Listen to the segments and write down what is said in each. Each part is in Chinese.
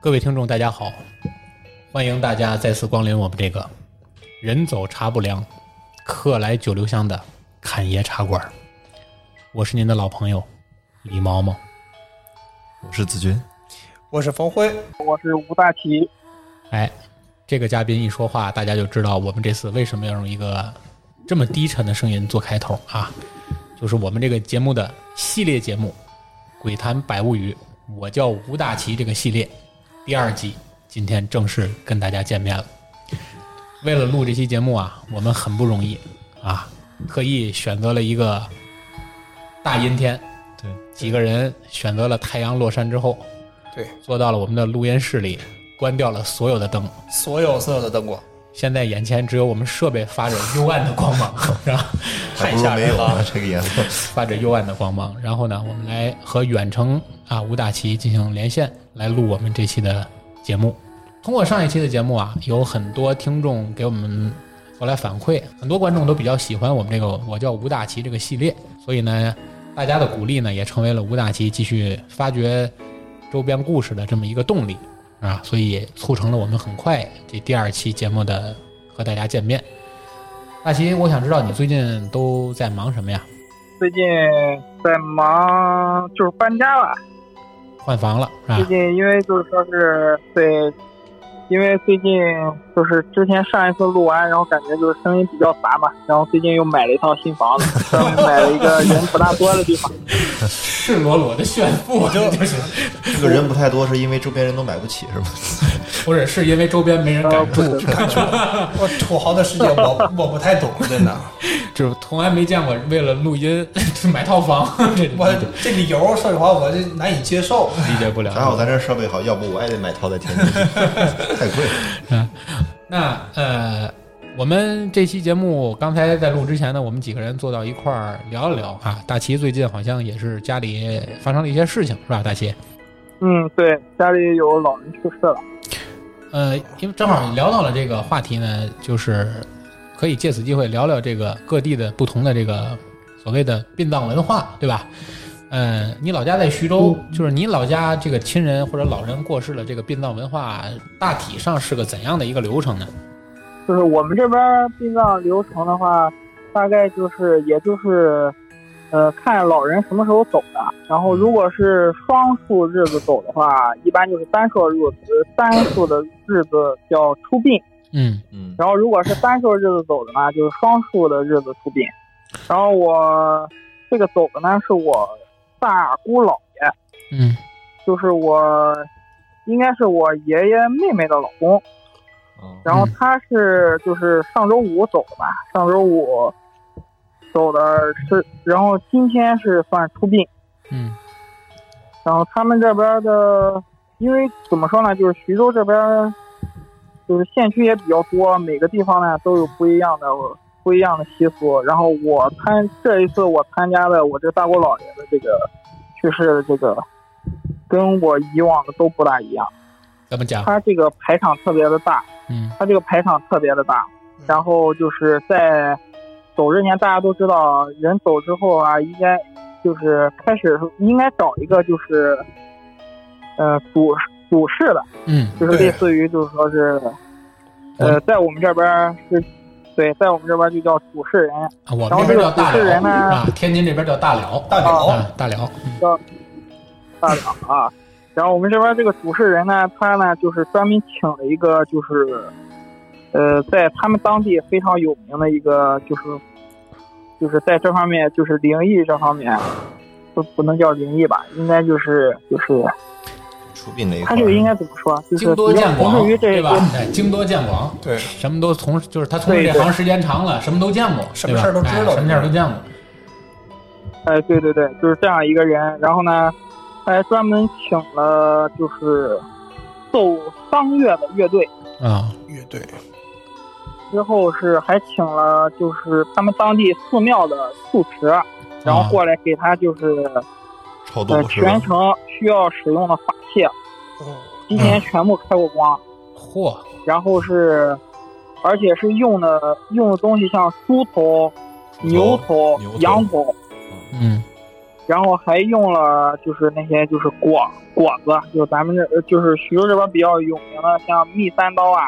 各位听众，大家好，欢迎大家再次光临我们这个“人走茶不凉，客来酒留香”的侃爷茶馆儿。我是您的老朋友李毛毛。我是子君，我是冯辉，我是吴大奇，哎，这个嘉宾一说话，大家就知道我们这次为什么要用一个这么低沉的声音做开头啊，就是我们这个节目的系列节目《鬼谈百物语》，我叫吴大奇这个系列第二季，今天正式跟大家见面了。为了录这期节目啊，我们很不容易啊，特意选择了一个大阴天，对，几个人选择了太阳落山之后，对，坐到了我们的录音室里，关掉了所有的灯，所有所有的灯光，现在眼前只有我们设备发着幽暗的光芒， 是吧？太还不如吓没人有了呢，， 这个颜 色。发着幽暗的光芒。然后呢，我们来和远程啊吴大奇进行连线，来录我们这期的节目。通过上一期的节目啊，有很多听众给我们后来反馈，很多观众都比较喜欢我们这个“我叫吴大奇”这个系列，所以呢，大家的鼓励呢，也成为了吴大奇继续发掘周边故事的这么一个动力啊，所以也促成了我们很快这第二期节目的和大家见面。大奇，我想知道你最近都在忙什么呀？最近在忙就是搬家吧。换房了是最吧？近因为就是说是对，因为最近就是之前上一次录完，然后感觉就是声音比较杂嘛，然后最近又买了一套新房子，专门买了一个人不大多的地方。赤裸裸的炫富，就是这个人不太多，是因为周边人都买不起，是吗？ 不是是因为周边没啊人敢住，我土豪的世界我 我不太懂，真的，嗯就是从来没见过为了录音 买套房，这我这理由说实话我这难以接受。理解不了。还好咱这设备好，要不我也得买套在天津， 太贵了。那呃，我们这期节目刚才在录之前呢，我们几个人坐到一块儿聊了聊啊。大齐最近好像也是家里发生了一些事情，是吧？大齐，嗯，对，家里有老人去世了。呃，因为正好聊到了这个话题呢，就是可以借此机会聊聊这个各地的不同的这个所谓的殡葬文化，对吧？呃，你老家在徐州，嗯就是你老家这个亲人或者老人过世了，这个殡葬文化大体上是个怎样的一个流程呢？就是我们这边殡葬流程的话，大概就是也就是，呃，看老人什么时候走的。然后如果是双数日子走的话，一般就是单数日子，单数的日子叫出殡。嗯嗯，然后如果是单数日子走的呢，就是双数的日子出殡。然后我这个走的呢是我大姑姥爷，嗯就是我应该是我爷爷妹妹的老公。啊然后他是就是上周五走的吧，上周五走的是，然后今天是算出殡。嗯然后他们这边的，因为怎么说呢，就是徐州这边就是县区也比较多，每个地方呢都有不一样的不一样的习俗。然后我参这一次我参加的我这大姑姥爷的这个去世的这个，跟我以往的都不大一样，怎么讲？他这个排场特别的大。嗯它这个排场特别的大，然后就是在走之前，大家都知道，人走之后啊，应该就是开始应该找一个就是，呃，主主事的，嗯就是对类似于就是说是，呃，在我们这边儿是，对，在我们这边儿就叫主事人，啊，我然们后这边这叫个大主持人辽呢啊，天津这边叫大辽，大辽啊，大辽，大了啊。然后我们这边这个主事人呢，他呢就是专门请了一个就是，呃，在他们当地非常有名的一个就是，就是在这方面就是灵异这方面，不不能叫灵异吧，应该就是就是出殡那一块他儿，这个应该怎么说，啊就是京多比较见不广，至于这对些吧？哎，京多见广，对，什么都从就是他从事这对对行时间长了，什么都见过，什么对吧事儿都知道哎什么事儿都见过。哎，对对对，就是这样一个人。然后呢，还专门请了就是奏丧乐的乐队。啊，乐队之后是还请了就是他们当地寺庙的住持，然后过来给他就是、超呃度是吧全？程需要使用的法器，嗯今年全部开过光，嚯，然后是而且是用的用的东西像猪头、猪头牛头、牛头羊头，嗯然后还用了就是那些就是果果子，就咱们这呃就是徐州这边比较有名的，像蜜三刀啊、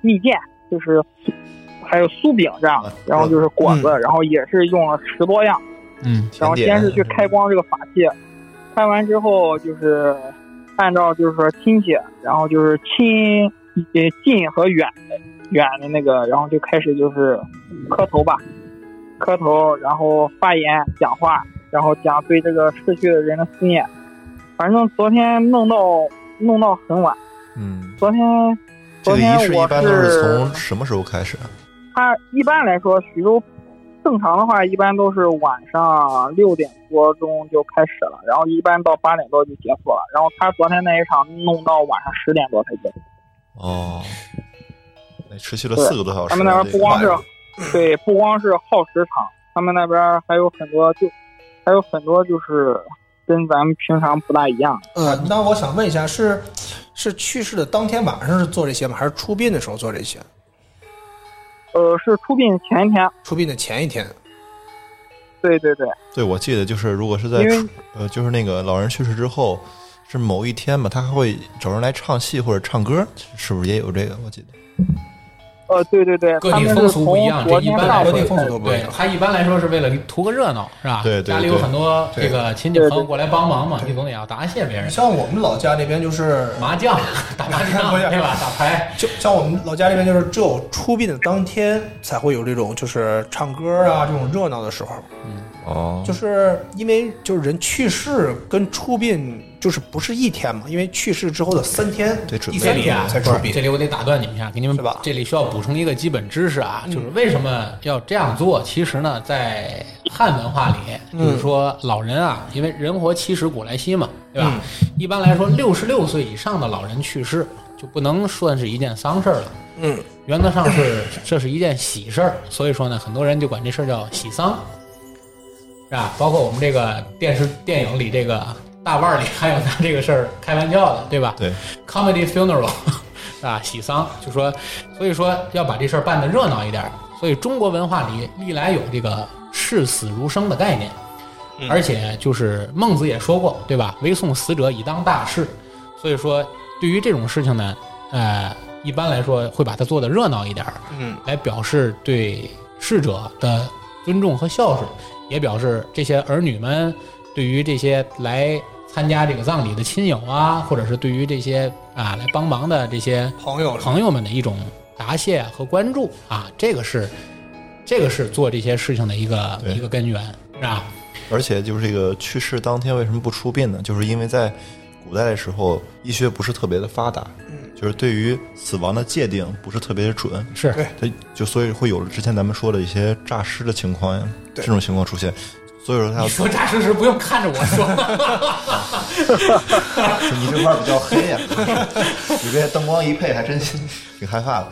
蜜饯，就是还有酥饼这样的啊，然后就是果子，然后也是用了十多样，嗯啊然后呃先是去开光这个法器，开完之后就是按照就是说亲戚，然后就是亲呃近和远远的那个，然后就开始就是磕头吧，磕头，然后发言讲话，然后讲对这个逝去的人的思念。反正昨天弄到弄到很晚，嗯，昨天这昨个天仪式一我般都是从什么时候开始啊？它一般来说，徐州正常的话，一般都是晚上六点多钟就开始了，然后一般到八点多就结束了。然后他昨天那一场弄到晚上十点多才结束。哦，那持续了四个多小时。啊他们那边不光是这个对，不光是耗时长，他们那边还有很多就还有很多就是跟咱们平常不大一样。呃，那我想问一下，是是去世的当天晚上是做这些吗？还是出殡的时候做这些？呃，是出殡前一天，出殡的前一天，对对对，对，我记得就是，如果是在因为初呃，就是那个老人去世之后，是某一天嘛，他还会找人来唱戏或者唱歌，是不是也有这个？我记得。呃，对对对，各他地们风是俗从不一样，这昨一天般来上午说，昨天风俗都不一对样他一般来说是为了图个热闹，是吧？对对家里有对很多这对个亲戚对朋友过来帮忙嘛，对你总得要答谢别人你。像我们老家那边就是，麻 将，打麻将不是对吧？打牌，就像我们老家这边就是，只有出殡的当天才会有这种就是唱歌啊这种热闹的时候，哦，就是因为就是人去世跟出殡就是不是一天嘛，因为去世之后的三天，得准备第三天才出啊这殡。里我得打断你们一下，给你们是吧这里需要补充一个基本知识啊，就是为什么要这样做？其实呢，在汉文化嗯里，就是说老人啊，因为人活七十古来稀嘛，对嗯吧？一般来说，六十六岁以上的老人去世就不能算是一件丧事儿了。嗯，原则上是这是一件喜事儿，所以说呢，很多人就管这事儿叫喜丧，是吧？包括我们这个电视电影里这个大腕儿里还有拿这个事儿开玩笑的，对吧？对， comedy funeral 啊，喜丧，就说，所以说要把这事儿办得热闹一点儿。所以中国文化里历来有这个视死如生的概念，而且就是孟子也说过，对吧？唯送死者以当大事。所以说，对于这种事情呢，呃，一般来说会把它做得热闹一点儿，嗯，来表示对逝者的尊重和孝顺，也表示这些儿女们对于这些来参加这个葬礼的亲友啊，或者是对于这些啊来帮忙的这些朋友朋友们的一种答谢和关注啊，这个是这个是做这些事情的一个对一个根源，是吧？而且就是这个去世当天为什么不出殡呢？就是因为在古代的时候，医学不是特别的发达，嗯就是对于死亡的界定不是特别的准，是对它就所以会有了之前咱们说的一些诈尸的情况呀，对这种情况出现。所以说他你要说扎实实，不用看着我 说，你这块儿比较黑 呀、你这灯光一配，还真是挺害怕的。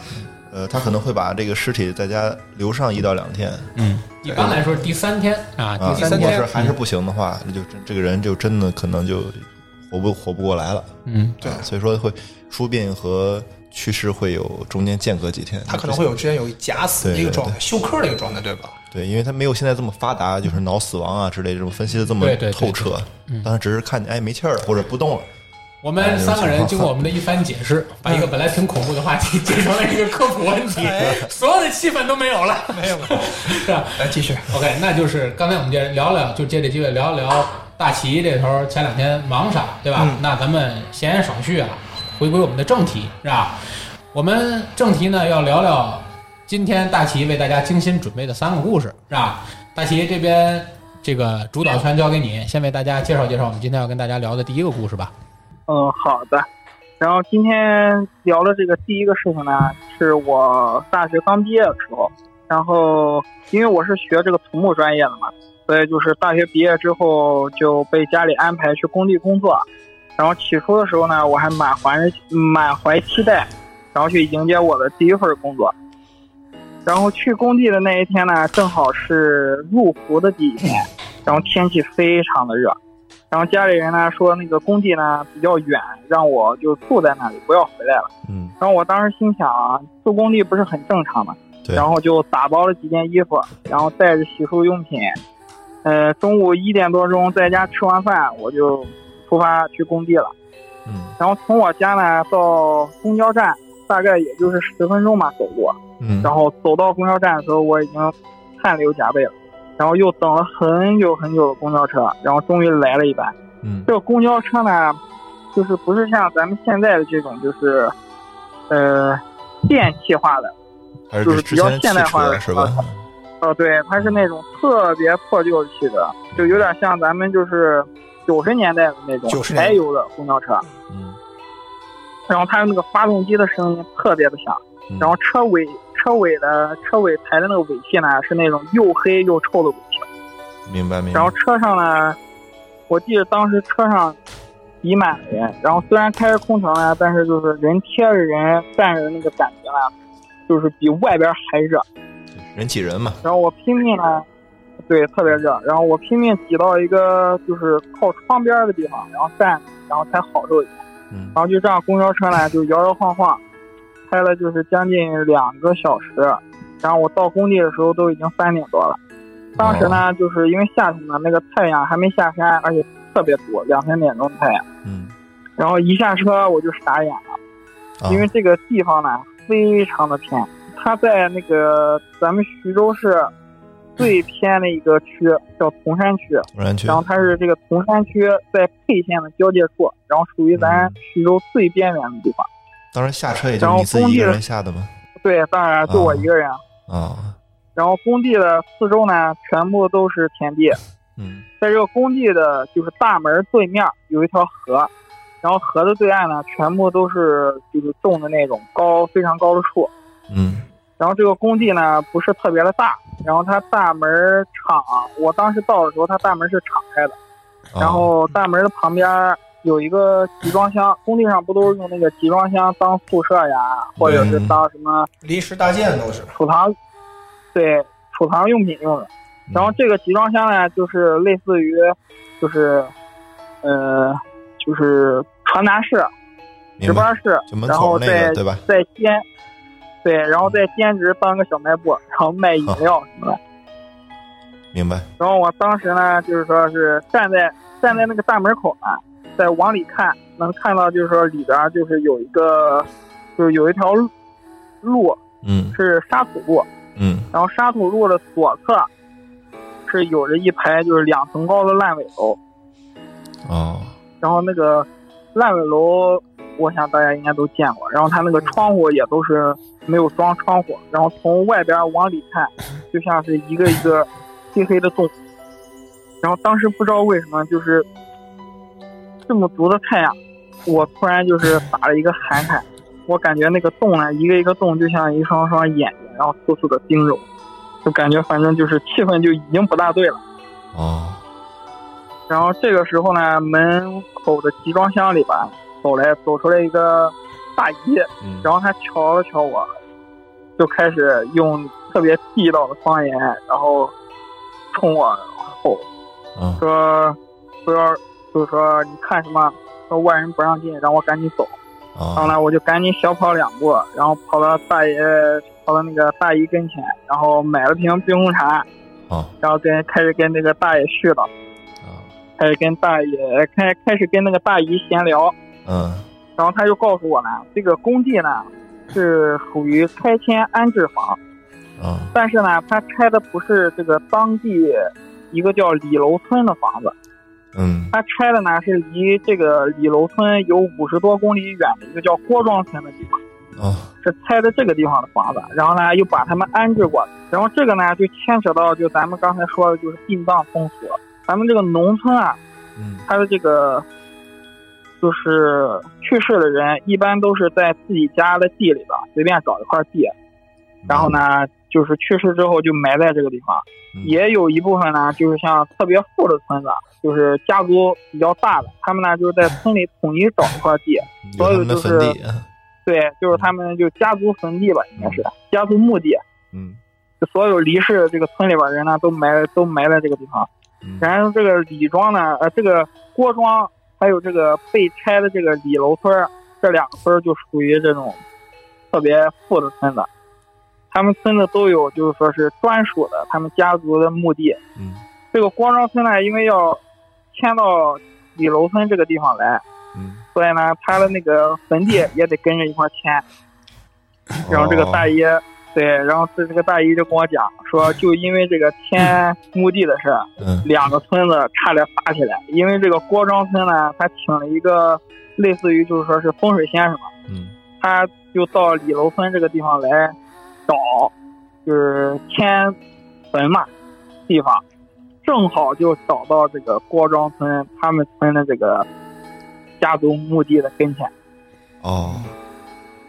呃，他可能会把这个尸体在家留上一到两天嗯，一般来说是第三天啊，啊，第如三果天是还是不行的话，那就真这个人就真的可能就活不活不过来了。嗯，对啊所以说会出殡和去世会有中间间隔几天，他可能会有之前有假死的一个状态，对休克的一个状态，对吧？对，因为他没有现在这么发达，嗯就是脑死亡啊之类这种分析的这么对对对嗯透彻，当时只是看见哎没气儿了或者不动了，我们三个人经过我们的一番解释，把一个本来挺恐怖的话题解成了一个科普问题，所有的气氛哎都没有了，没有， 是吧来继续。 ？OK，那就是刚才我们接着聊聊，就借这机会聊一聊大齐这头前两天忙啥，对吧？嗯那咱们闲言少叙啊，回归我们的正题，是吧？我们正题呢要聊聊今天大齐为大家精心准备的三个故事，是吧？大齐这边这个主导权交给你，先为大家介绍介绍我们今天要跟大家聊的第一个故事吧。嗯，好的。然后今天聊的这个第一个事情呢，是我大学刚毕业的时候，然后因为我是学这个土木专业的嘛，所以就是大学毕业之后就被家里安排去工地工作。然后起初的时候呢，我还满怀满怀期待，然后去迎接我的第一份工作。然后去工地的那一天呢，正好是入伏的第一天，然后天气非常的热，然后家里人呢说那个工地呢比较远，让我就住在那里，不要回来了。嗯，然后我当时心想啊，住工地不是很正常嘛，对然后就打包了几件衣服，然后带着洗漱用品，呃，中午一点多钟在家吃完饭，我就出发去工地了。嗯然后从我家呢到公交站，大概也就是十分钟吧，走过。嗯然后走到公交站的时候，我已经汗流浃背了。然后又等了很久很久的公交车，然后终于来了一班。嗯这个公交车呢，就是不是像咱们现在的这种，就是呃电气化的，还是就是之前比较现代汽化车的是吧？呃，对，它是那种特别破旧气质，就有点像咱们就是九十年代的那种90年代柴油的公交车。嗯，然后它那个发动机的声音特别的响，嗯然后车尾车尾的车尾排的那个尾气呢是那种又黑又臭的尾气，明白明白然后。车上呢，我记得当时车上挤满了人，然后虽然开着空调呢，但是就是人贴着人站着的那个感觉呢，就是比外边还热。人挤人嘛，然后我拼命呢，对，特别热，然后我拼命挤到一个就是靠窗边的地方，然后站，然后才好受一点。嗯然后就这样，公交车呢就摇摇晃晃，开了就是将近两个小时。然后我到工地的时候都已经三点多了。当时呢，就是因为夏天嘛，那个太阳还没下山，而且特别毒，两三点钟的太阳。嗯，然后一下车我就傻眼了，啊因为这个地方呢非常的偏，它在那个咱们徐州市最嗯偏的一个区叫铜山区，突然去然后它是这个铜山区在沛县的交界处，然后属于咱嗯徐州最边缘的地方。当时下车也然就后你自己工一地个的人下的吗？对，当然就我一个人。啊，然后工地的四周呢，全部都是田地。嗯在这个工地的就是大门对面有一条河，然后河的对岸呢，全部都是就是种的那种高非常高的树。嗯然后这个工地呢不是特别的大，然后它大门敞，我当时到的时候它大门是敞开的，啊然后大门的旁边有一个集装箱，工地上不都是用那个集装箱当宿舍呀，或者嗯是当什么临时搭建都是，储藏，对储藏用品用的。嗯然后这个集装箱呢，就是类似于，就是，呃，就是传达室、值明白班室就，门然后口那再个对吧？再兼，对，然后再兼职搬个小卖部，然后卖饮料什么的。明白，然后我当时呢，就是说是站在站在那个大门口呢，再往里看，能看到就是说里边儿就是有一个，就是有一条路路嗯是沙土路，嗯然后沙土路的左侧是有着一排就是两层高的烂尾楼，哦，然后那个烂尾楼，我想大家应该都见过。然后它那个窗户也都是没有装窗户，然后从外边往里看，就像是一个一个黑黑的洞。然后当时不知道为什么，就是这么毒的太阳，我突然就是打了一个寒颤，我感觉那个洞呢，一个一个洞就像一双双眼睛，然后死死的盯着我，就感觉反正就是气氛就已经不大对了。哦，然后这个时候呢，门口的集装箱里边走来走出来一个大姨，嗯然后她瞧了瞧我，就开始用特别地道的方言，然后冲我吼啊说：“不要，就是说你看什么？说外人不让进，让我赶紧走。”然后啊，呢，我就赶紧小跑两步，然后跑到大爷跑到那个大姨跟前，然后买了瓶冰红茶，哦然后跟开始跟那个大爷絮叨。啊，开始跟大爷开开始跟那个大姨闲聊，嗯然后他就告诉我呢，这个工地呢是属于拆迁安置房，啊但是呢，他拆的不是这个当地一个叫李楼村的房子，嗯他拆的呢是离这个李楼村有五十多公里远的一个叫郭庄村的地方，啊，是拆的这个地方的房子，然后呢又把他们安置过来，然后这个呢就牵扯到就咱们刚才说的就是殡葬风俗，咱们这个农村啊嗯他的这个就是去世的人，一般都是在自己家的地里边随便找一块地，然后呢，就是去世之后就埋在这个地方。嗯也有一部分呢，就是像特别富的村子，就是家族比较大的，他们呢就是在村里统一找一块地，有他们的所坟有就是地，嗯对，就是他们就家族坟地吧，应该是家族墓地。嗯就所有离世的这个村里边人呢，都埋都埋在这个地方。嗯然后这个李庄呢，呃，这个郭庄，还有这个被拆的这个李楼村儿，这两个村儿就属于这种特别富的村子。他们村子都有，就是说是专属的他们家族的墓地。嗯这个光庄村呢，因为要迁到李楼村这个地方来，嗯，所以呢，他的那个坟地也得跟着一块儿迁。然后这个大姨，姨，对，然后这这个大姨就跟我讲说，就因为这个迁墓地的事儿，嗯两个村子差点打起来。因为这个郭庄村呢，他请了一个类似于就是说是风水先生嘛，嗯他就到李楼村这个地方来找，就是迁坟嘛地方，正好就找到这个郭庄村他们村的这个家族墓地的跟前，哦，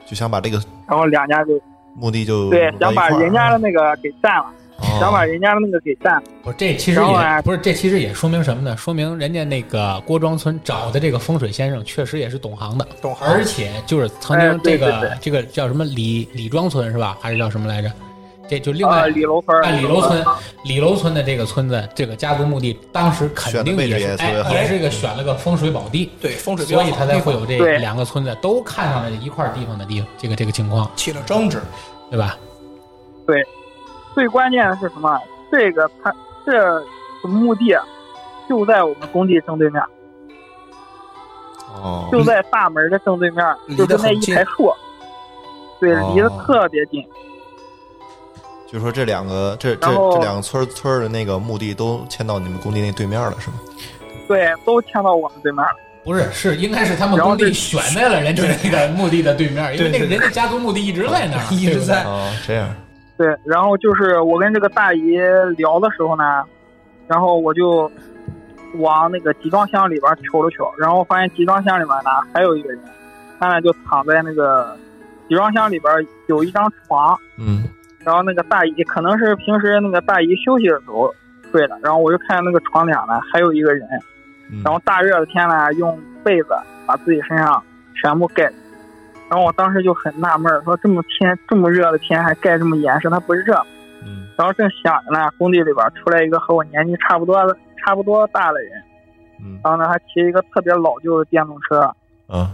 就想把这个然后两家就墓地就对弄到想嗯一把块儿啊人家的那个给占了，哦想把人家的那个给占了，不是，这其实然后也呢不是，这其实也说明什么呢？说明人家那个郭庄村找的这个风水先生确实也是懂行的，懂行而且就是曾哎经这对个、对对这个叫什么李李庄村是吧？还是叫什么来着？这就另啊，外李楼村按李楼村，李楼村的这个村子，这个家族墓地，当时肯定选的位置是也特别哎，好也是一个选了个风水宝地，对风水比较所好以的他才地会方有这对两个村子都看上了一块地方的地这个这个情况，起了争执。对吧？最关键的是什么？这个他这墓地啊就在我们工地正对面，哦，就在大门的正对面，嗯离就得是那很一近排树，对，哦离得特别近。就说这两个这这然后这两个村儿村儿的那个墓地都迁到你们工地那对面了，是吗？对，都迁到我们对面了。不是，是应该是他们然后工地这选在了人家那个墓地的对面，因为那个对对人家家族墓地一直在那儿，一直对不对在哦，这样，对，然后就是我跟这个大姨聊的时候呢，然后我就往那个集装箱里边瞅了瞅，然后发现集装箱里面呢还有一个人，他呢就躺在那个集装箱里边有一张床，嗯，然后那个大姨可能是平时那个大姨休息的时候睡的，然后我就看那个床顶呢还有一个人，嗯然后大热的天呢用被子把自己身上全部盖着，然后我当时就很纳闷儿，说这么天这么热的天还盖这么严实，它不热吗？嗯然后正想着呢，工地里边出来一个和我年纪差不多的差不多大的人，嗯然后呢还骑一个特别老旧的电动车，啊，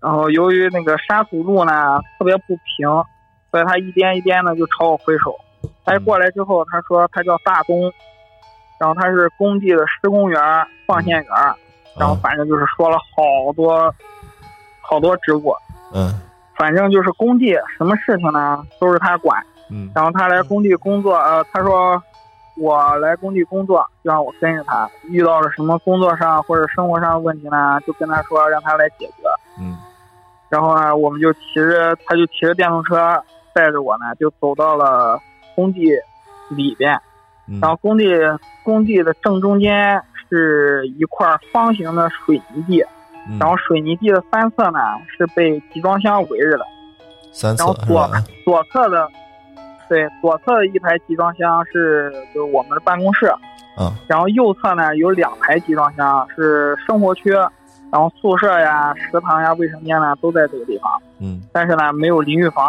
然后由于那个山谷路呢特别不平，所以他一颠一颠的就朝我挥手。他过来之后，他说他叫大东，然后他是工地的施工员、放线员，然后啊反正就是说了好多好多职务，嗯反正就是工地什么事情呢都是他管。嗯然后他来工地工作，呃，他说我来工地工作，就让我跟着他，遇到了什么工作上或者生活上的问题呢，就跟他说让他来解决。嗯然后呢，我们就骑着，他就骑着电动车带着我呢，就走到了工地里边。嗯，然后工地工地的正中间是一块方形的水泥地，嗯然后水泥地的三侧呢是被集装箱围着的，三次然后是吧左？左侧的，对，左侧的一排集装箱是就是我们的办公室，啊，然后右侧呢有两排集装箱是生活区，然后宿舍呀、食堂呀、卫生间呢都在这个地方。嗯但是呢，没有淋浴房，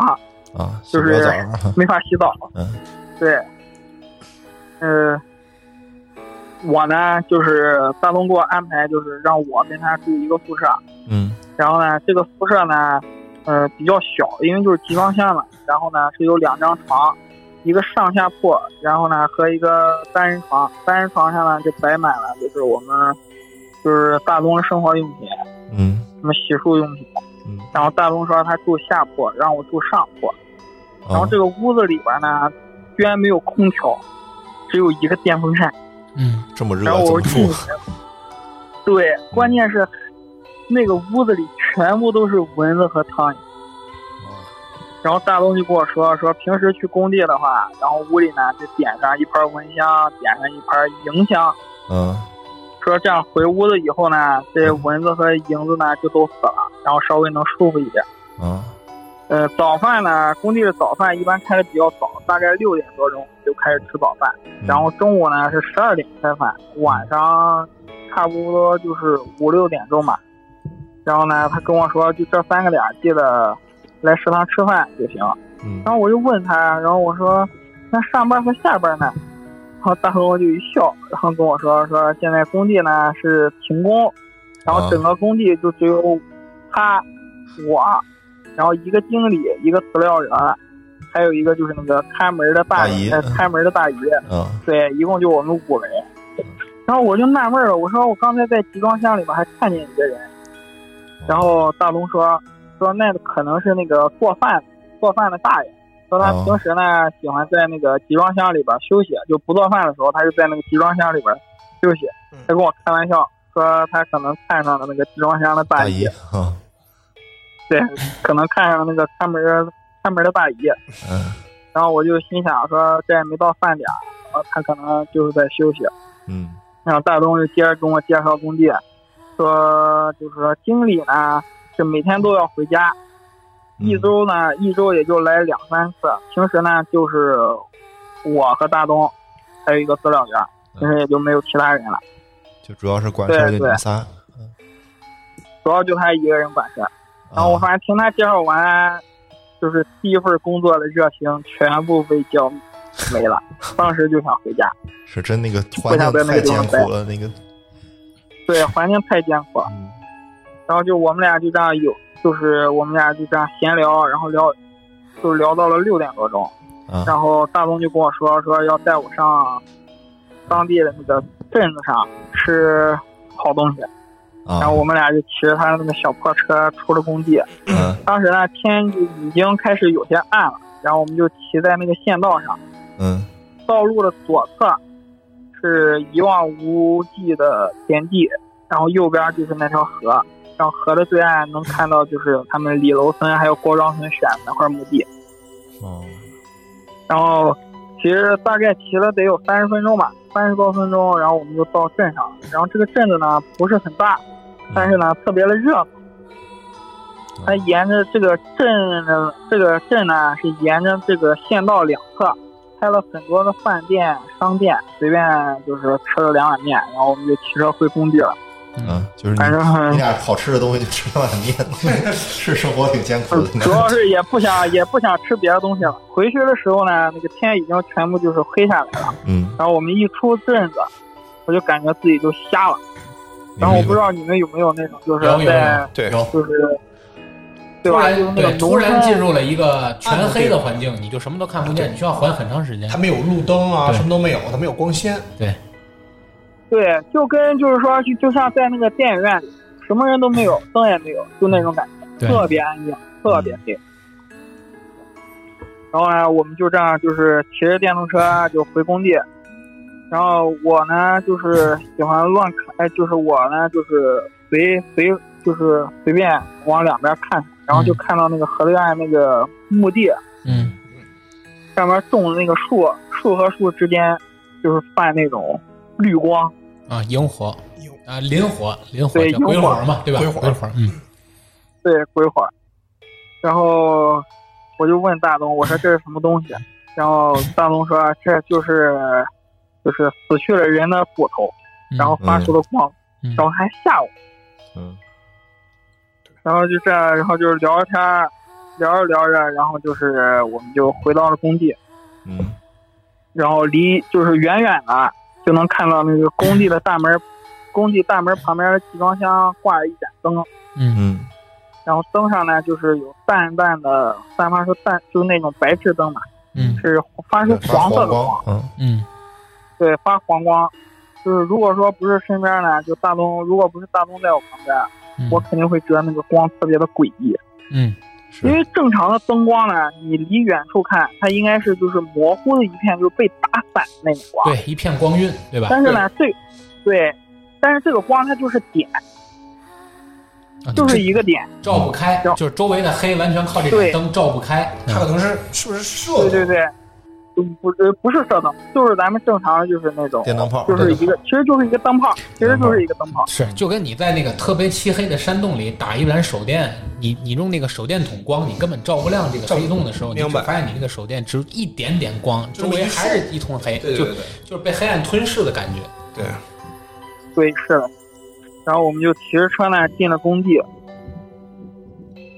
啊，就是洗个澡儿，没法洗澡。嗯，对，呃，我呢就是大东给我安排，就是让我跟他住一个宿舍。嗯然后呢，这个宿舍呢，呃，比较小，因为就是集装箱嘛。然后呢，是有两张床，一个上下铺，然后呢和一个单人床。单人床上呢就摆满了，就是我们就是大东的生活用品，嗯什么洗漱用品。嗯，然后大东说他住下铺，让我住上铺。然后啊这个屋子里边呢，居然没有空调，只有一个电风扇。嗯，这么热然后怎我么住进去？，对，关键是那个屋子里全部都是蚊子和苍蝇。哦然后大东就跟我说，说平时去工地的话，然后屋里呢就点上一盘蚊香，点上一盘迎香，嗯说这样回屋子以后呢，这蚊子和蝇子呢就都死了，然后稍微能舒服一点。啊呃，早饭呢，工地的早饭一般开的比较早，大概六点多钟就开始吃早饭，嗯然后中午呢是十二点开饭，晚上差不多就是五六点钟吧。然后呢，他跟我说，就这三个点儿记得来食堂吃饭就行。嗯然后我就问他，然后我说，那上班和下班呢？然后大哥就一笑，然后跟我说说现在工地呢是停工，然后整个工地就只有他、我，然后一个经理，一个饲料员，还有一个就是那个看门的大大姨呃看门的大姨，啊对，一共就我们五个人。然后我就纳闷了，我说我刚才在集装箱里面还看见一个人，然后大龙说说那可能是那个做饭做饭的大爷，说他哦平时呢喜欢在那个集装箱里边休息，就不做饭的时候，他就在那个集装箱里边休息嗯。他跟我开玩笑说他可能看上了那个集装箱的大大爷姨，，啊，对，可能看上了那个看门儿看门儿的大爷。嗯 然后我就心想说这也没到饭点儿，然后他可能就是在休息。嗯然后大东就接着跟我介绍工地，说就是说经理呢是每天都要回家，嗯一周呢一周也就来两三次，平时呢就是我和大东，还有一个资料员，嗯平时也就没有其他人了，就主要是管事儿的对你对们仨。啊主要就他一个人管事儿。然后我啊反正听他介绍完，就是第一份工作的热情全部被浇没了，当时就想回家。是真那个环想在境那太个地艰方苦了，那个对，环境太艰苦了。嗯然后就我们俩就这样有，就是我们俩就这样闲聊，然后聊，就聊到了六点多钟。啊然后大东就跟我说，说要带我上当地的那个镇子上吃好东西。啊，然后我们俩就骑着他那个小破车出了工地。嗯当时呢，天就已经开始有些暗了，然后我们就骑在那个县道上，嗯道路的左侧是一望无际的田地，然后右边就是那条河，然后河的对岸能看到就是他们李楼村还有郭庄村选的那块墓地。哦然后其实大概骑了得有三十分钟吧，三十多分钟，然后我们就到镇上了。然后这个镇子呢不是很大，但是呢特别的热闹。嗯它沿着这个镇的这个镇呢是沿着这个县道两侧开了很多的饭店、商店，随便就是吃了两碗面，然后我们就骑车回工地了。嗯啊，就是反你正嗯你俩好吃的东西就吃碗面， 是生活挺艰苦的。嗯主要是也不想也不想吃别的东西了。回去的时候呢，那个天已经全部就是黑下来了。 嗯，然后我们一出镇子，我就感觉自己就瞎了。嗯然后我不知道你们有没有那种，就是有有在有对有，就是，对突吧？然就是那对种突然进农村入了一个全黑的环境，你就什么都看不见，你需要缓很长时间它。没有路灯啊，对什么都没有，它没有光纤。对，就跟就是说，就就像在那个电影院里，什么人都没有，灯也没有，就那种感觉，对嗯特别安静，特别黑。然后呢，我们就这样，就是骑着电动车啊就回工地。然后我呢，就是喜欢乱开，就是我呢，就是随随就是随便往两边看，然后就嗯看到那个河对岸那个墓地，嗯，上面种的那个树，树和树之间就是泛那种绿光，啊，萤火有啊，磷火，磷火对叫鬼萤火火儿嘛，对吧？鬼鬼火儿火儿，嗯，对，鬼火。然后我就问大东，我说这是什么东西？然后大东说啊这就是就是死去了人的骨头，嗯然后发出的光，嗯然后还吓我。嗯然后就这样，然后就是聊着天儿，聊着聊着，然后就是我们就回到了工地，嗯然后离就是远远的就能看到那个工地的大门，工地大门旁边的集装箱挂着一盏灯，嗯嗯然后灯上呢就是有淡淡的散发出淡，就是那种白炽灯嘛，嗯是发出嗯，发黄色的光，光，嗯嗯对，发黄光。就是如果说不是身边呢，就大东，如果不是大东在我旁边，嗯，我肯定会觉得那个光特别的诡异。嗯是因为正常的灯光呢，你离远处看，它应该是就是模糊的一片，就是被打散的那种光。对一片光晕，对吧？但是呢，这对，但是这个光它就是点，啊就是你一个点。照不开，照就是周围的黑完全靠这盏对灯照不开。它可能是是不是对设对的？对，嗯不呃不是射灯，就是咱们正常的就是那种电灯泡，就是一个，其实就是一个灯泡，其实就是一个灯泡。是，就跟你在那个特别漆黑的山洞里打一盏手电，你你用那个手电筒光，你根本照不亮这个照不黑洞的时候，你明只白发现你那个手电只有一点点光，就周那么围一还是一通黑，对对对就就是被黑暗吞噬的感觉。对，对，是的。然后我们就骑着车呢进了工地。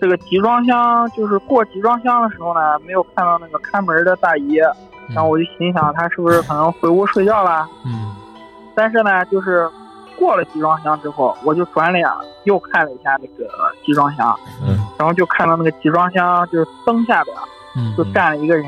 这个集装箱就是过集装箱的时候呢，没有看到那个看门的大爷，然后我就心想他是不是可能回屋睡觉了？嗯但是呢，就是过了集装箱之后，我就转脸又看了一下那个集装箱，嗯然后就看到那个集装箱就是灯下边嗯就站了一个人，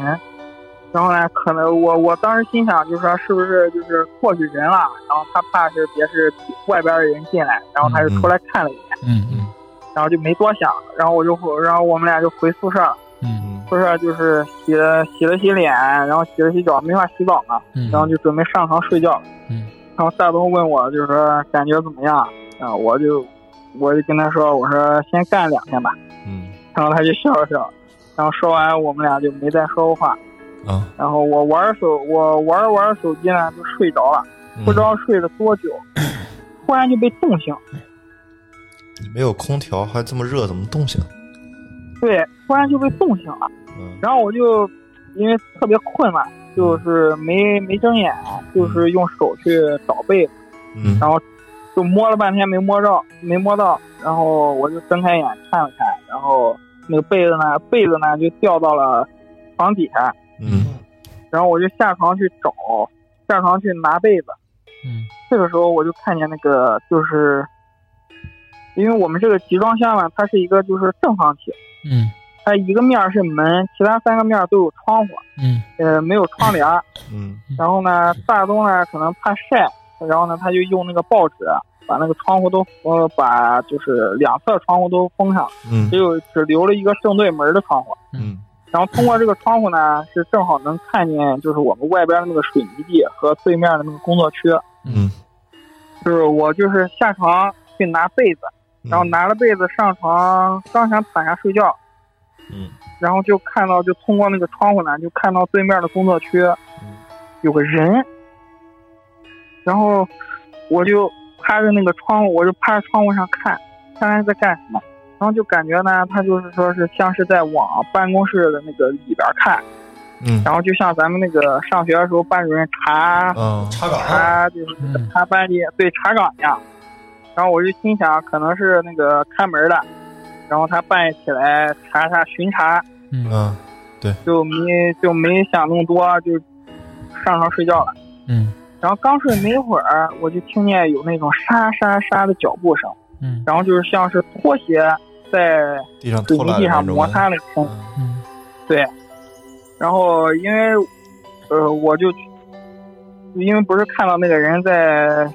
然后呢，可能我我当时心想，就是说是不是就是过去人了，然后他怕是别是外边的人进来，然后他就出来看了一眼，嗯嗯然后就没多想，然后我就回然后我们俩就回宿舍了，嗯嗯宿舍就是洗了洗了洗脸，然后洗了洗脚，没法洗澡嘛，嗯，然后就准备上床睡觉了。嗯，然后大东问我就是说感觉怎么样啊？我就我就跟他说，我说先干两天吧，嗯然后他就笑了笑，然后说完我们俩就没再说话。啊，然后我玩手，我玩着玩着手机呢就睡着了，嗯不知道睡了多久，突然就被冻醒。没有空调还这么热，怎么冻醒？对，突然就被冻醒了。嗯然后我就因为特别困嘛，就是没没睁眼，就是用手去找被子，嗯然后就摸了半天没摸着，没摸到。然后我就睁开眼看了看，然后那个被子呢，被子呢就掉到了床底下。嗯然后我就下床去找，下床去拿被子。嗯这个时候我就看见那个就是，因为我们这个集装箱嘛，它是一个就是正方体，嗯它一个面儿是门，其他三个面儿都有窗户，嗯呃，没有窗帘儿。嗯然后呢，大东呢可能怕晒，然后呢他就用那个报纸把那个窗户都呃把就是两侧窗户都封上了，嗯只有只留了一个正对门的窗户。嗯然后通过这个窗户呢，是正好能看见就是我们外边的那个水泥地和对面的那个工作区。嗯，就是我就是下床去拿被子，然后拿了被子上床，刚想躺下睡觉，嗯然后就看到就通过那个窗户呢，就看到对面的工作区嗯有个人，然后我就趴着那个窗户，我就趴着窗户上看，看他在干什么，然后就感觉呢，他就是说是像是在往办公室的那个里边看，嗯然后就像咱们那个上学的时候班主任查啊查岗啊，查就是嗯他班里对查岗一样。然后我就心想，可能是那个看门的，然后他半夜起来查查巡查，嗯嗯就没就没想那么多，就上床睡觉了。嗯然后刚睡没一会儿，我就听见有那种沙沙沙的脚步声，嗯然后就是像是拖鞋在地上水拖泥拉地的上那种摩擦感的声音。觉，嗯然后因为呃，我就因为不是看到那个人在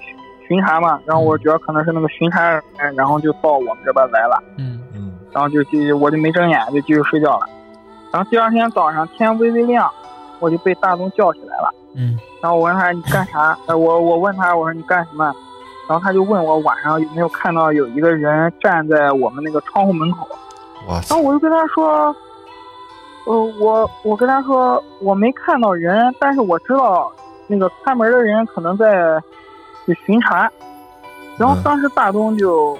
巡查嘛，然后我觉得可能是那个巡查人，然后就到我们这边来了，嗯嗯然后就继续我就没睁眼，就继续睡觉了。然后第二天早上天微微亮，我就被大东叫起来了，嗯然后我问他你干啥？呃、我我问他我说你干什么？然后他就问我晚上有没有看到有一个人站在我们那个窗户门口，哇然塞后，我就跟他说，呃，我我跟他说我没看到人，但是我知道那个看门的人可能在去巡查。然后嗯当时大东就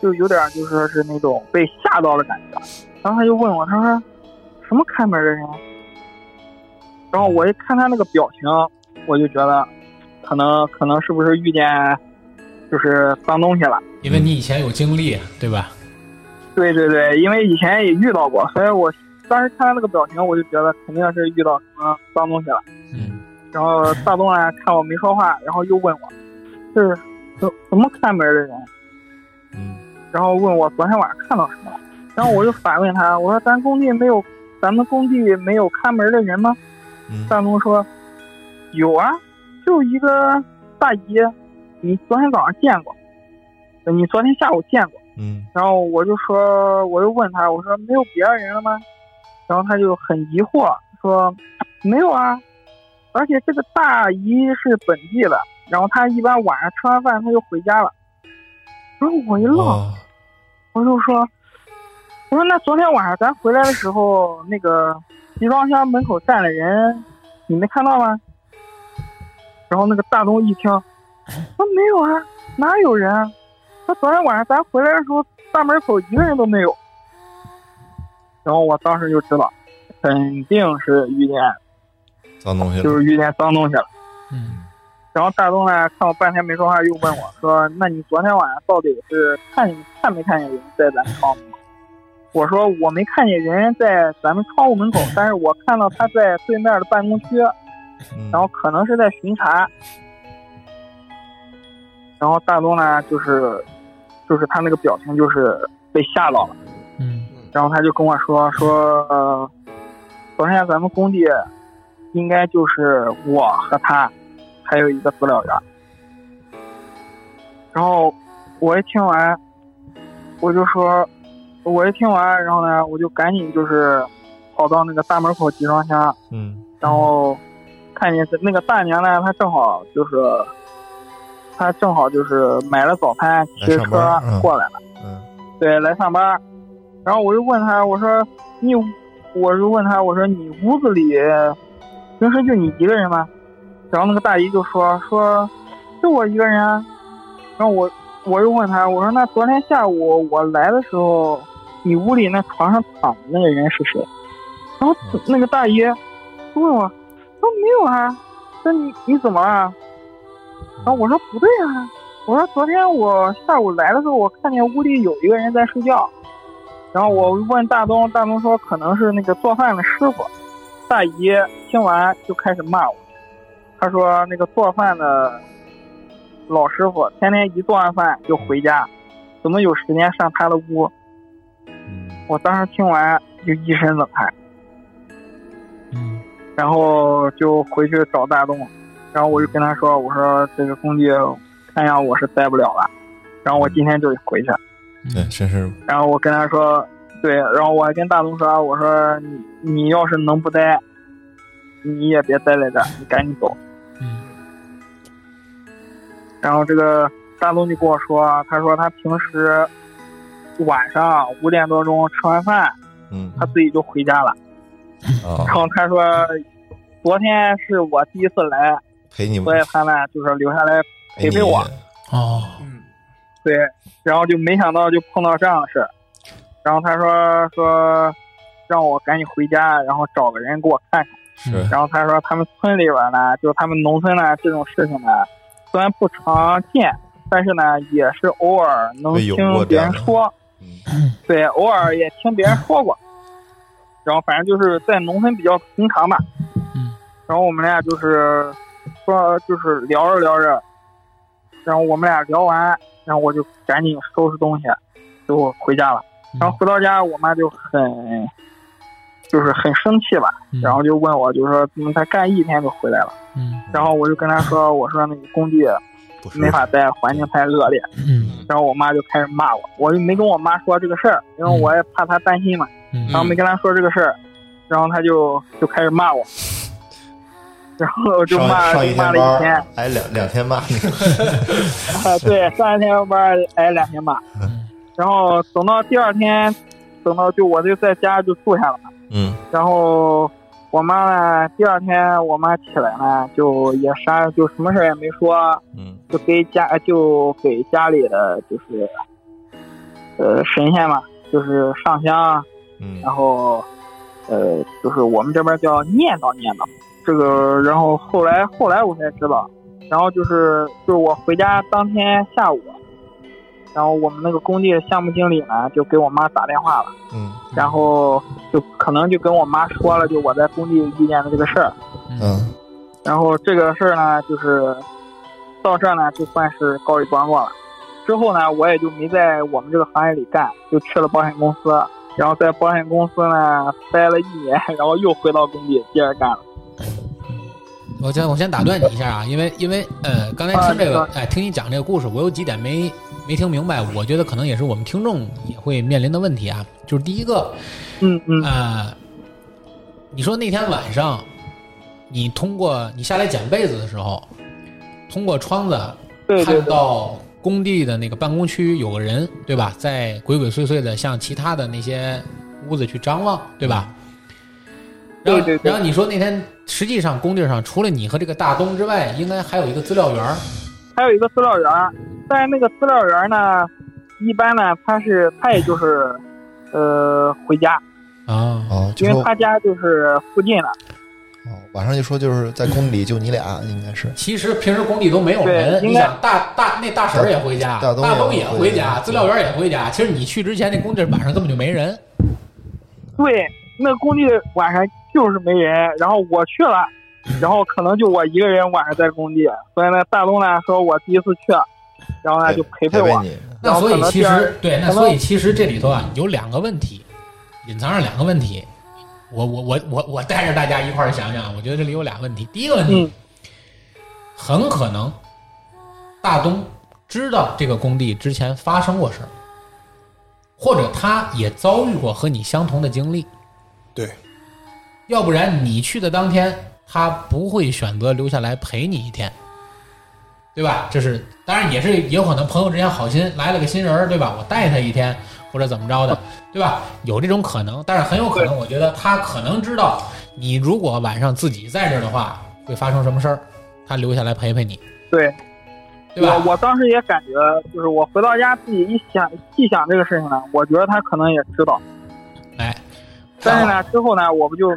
就有点就说是那种被吓到的感觉，然后他就问我，他说什么看门的人？然后我一看他那个表情，我就觉得可能可能是不是遇见就是脏东西了。因嗯为你以前有经历，啊对吧？对对对，因为以前也遇到过，所以我当时看他那个表情，我就觉得肯定是遇到什么脏东西了。嗯然后大东呢看我没说话，然后又问我，是什什么看门的人？嗯然后问我昨天晚上看到什么了。然后我就反问他，我说咱工地没有，咱们工地没有看门的人吗？嗯大东说有啊，就一个大姨，你昨天早上见过，你昨天下午见过。嗯然后我就说，我就问他，我说没有别的人了吗？然后他就很疑惑说，没有啊，而且这个大姨是本地的，然后她一般晚上吃完饭她就回家了。然后我一愣，哇我就说，我说那昨天晚上咱回来的时候，那个集装箱门口站了人，你没看到吗？然后那个大东一听，说没有啊，哪有人啊？他昨天晚上咱回来的时候，大门口一个人都没有。然后我当时就知道，肯定是遇见脏东西就了，是遇见脏东西了。嗯然后大东呢，看我半天没说话，又问我说：“那你昨天晚上到底是看看没看见人在咱们窗户？”我说：“我没看见人在咱们窗户门口，但是我看到他在对面的办公区，嗯然后可能是在巡查。”然后大东呢，就是就是他那个表情就是被吓到了，嗯然后他就跟我说说，呃，首先咱们工地应该就是我和他，还有一个资料员。然后我一听完，我就说，我一听完，然后呢，我就赶紧就是跑到那个大门口集装箱，嗯然后看见那个大娘呢，她正好就是，她正好就是买了早餐，骑着来上车班嗯过来了，嗯对，来上班。然后我就问她，我说你，我就问她，我说你屋子里平时就你一个人吗？然后那个大姨就说说，就我一个人啊。然后我我又问她，我说那昨天下午我来的时候，你屋里那床上躺的那个人是谁？然后那个大姨就问我，说没有啊，那你你怎么了？啊然后我说不对啊，我说昨天我下午来的时候，我看见屋里有一个人在睡觉，然后我问大东，大东说可能是那个做饭的师傅。大姨听完就开始骂我，她说那个做饭的老师傅天天一做完饭就回家，怎么有时间上他的屋？嗯我当时听完就一身冷汗。嗯然后就回去找大东，然后我就跟他说：“我说这个工地看样我是待不了了，然后我今天就得回去。对，真是”然后我跟他说：“对。”然后我还跟大东说：“我说你你要是能不待，你也别待在这儿，你赶紧走。嗯”然后这个大东就跟我说：“他说他平时晚上五点多钟吃完饭，嗯他自己就回家了。啊然，后他说，昨天是我第一次来，陪你所以他呢就是留下来陪你陪我哦，嗯，对，然后就没想到就碰到这样的事儿，然后他说说让我赶紧回家，然后找个人给我看看。是然后他说他们村里边呢，就是他们农村呢这种事情呢，虽然不常见，但是呢也是偶尔能会有过听这别样人的说，嗯对，偶尔也听别人说过。然后反正就是在农村比较平常吧。嗯。然后我们俩就是说，就是聊着聊着，然后我们俩聊完，然后我就赶紧收拾东西，就回家了。然后回到家，我妈就很，就是很生气吧，嗯然后就问我，就说怎么才干一天就回来了？嗯然后我就跟她说，我说那个工地不是没法待，环境太恶劣。嗯然后我妈就开始骂我，我就没跟我妈说这个事儿，因为我也怕她担心嘛，嗯然后没跟她说这个事儿，然后她就就开始 骂我，然后就上骂上就一骂了班一天，儿，哎两两天骂 你，啊， 对，上一天班儿挨两天骂，嗯然后等到第二天，等到就我就在家就住下了嘛，嗯然后我妈呢，第二天我妈起来呢，就也啥就什么事儿也没说，嗯就给家就给家里的就是，呃，神仙嘛，就是上香，嗯然后，呃，就是我们这边叫念叨念叨这个，然后后来后来我才知道，然后就是就是我回家当天下午，然后我们那个工地的项目经理呢就给我妈打电话了，嗯然后就可能就跟我妈说了，就我在工地遇见的这个事儿，嗯然后这个事儿呢，就是到这儿呢，就算是告一段落了。之后呢，我也就没在我们这个行业里干，就去了保险公司，然后在保险公司呢待了一年，然后又回到工地接着干了。我先我先打断你一下啊，因为因为呃，刚才听这个啊，哎，听你讲这个故事，我有几点没没听明白，我觉得可能也是我们听众也会面临的问题啊，就是第一个，嗯嗯，呃，你说那天晚上，你通过你下来捡被子的时候，通过窗子对对看对，到工地的那个办公区有个人，对吧？在鬼鬼祟祟的向其他的那些屋子去张望，对吧？然后，对对对然后你说那天实际上工地上除了你和这个大东之外，应该还有一个资料员儿。还有一个资料员儿，但是那个资料员儿呢，一般呢他是他也就是，呃，回家，啊哦，就因说为他家就是附近的。哦晚上就说就是在工地里就你俩应该是其实平时工地都没有人，你对应该想大大那大婶儿也回家，大大东也也回回家家，资料员儿也回家。其实你去之前，那工地晚上根本就没人。对，那工地晚上就是没人，然后我 去了，然后可能就我一个人晚上在工地，所以呢，大东呢说我第一次去，然后呢就陪陪陪我，你，那所以其然后可能第实对，那可能所以其实这里头啊有两个问题，隐藏着两个问题。我我我我我带着大家一块儿想想，我觉得这里有俩问题。第一个问嗯题，很可能大东知道这个工地之前发生过事儿，或者他也遭遇过和你相同的经历，对，要不然你去的当天，他不会选择留下来陪你一天，对吧？这是当然也是也有可能朋友之间好心来了个新人儿，对吧？我带他一天或者怎么着的，对吧？有这种可能，但是很有可能，我觉得他可能知道你如果晚上自己在这儿的话会发生什么事儿，他留下来陪陪你，对，对吧？我我当时也感觉，就是我回到家自己一想细想这个事情呢，我觉得他可能也知道，哎，但是呢，之后呢，我不就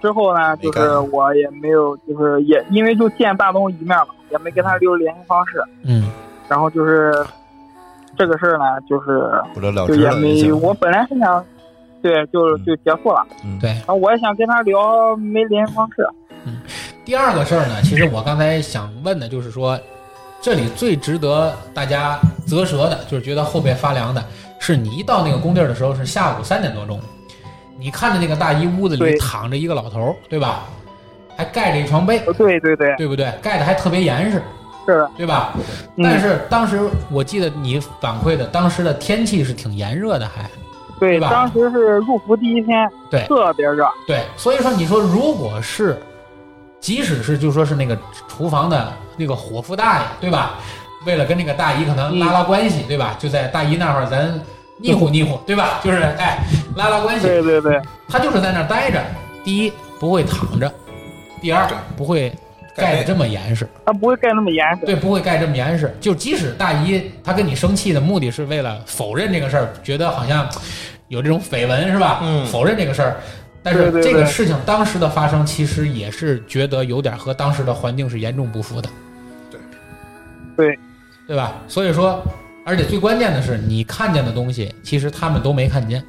之后呢，没就干是我也没有，就是也因为就见大东一面嘛，也没跟他留联系方式，嗯，然后就是这个事儿呢，就是不哦了了就之也了已没，经。我本来是想。对，就就结束了。嗯，对。然后我也想跟他聊，没联系方式。第二个事儿呢，其实我刚才想问的就是说，这里最值得大家啧舌的，就是觉得后背发凉的，是你一到那个工地儿的时候是下午三点多钟，你看着那个大衣屋子里对躺着一个老头儿，对吧？还盖着一床被，哦对对对，对不对？盖的还特别严实，是的。对吧？嗯但是当时我记得你反馈的，当时的天气是挺炎热的，还对，吧当时是入伏第一天，对特别热，对，所以说你说如果是，即使是就说是那个厨房的那个伙夫大爷，对吧？为了跟那个大姨可能拉拉关系，对吧？就在大姨那儿咱嗯腻乎腻乎，对吧？就是哎拉拉关系，对对对，他就是在那儿待着。第一不会躺着，第二对不会盖得这么严实，他不会盖那么严实，对，不会盖这么严实。就即使大姨她跟你生气的目的是为了否认这个事儿，觉得好像有这种绯闻是吧？嗯否认这个事儿。但是对对这个对事情当时的发生，其实也是觉得有点和当时的环境是严重不符的。对，对，对吧？所以说，而且最关键的是，你看见的东西，其实他们都没看见。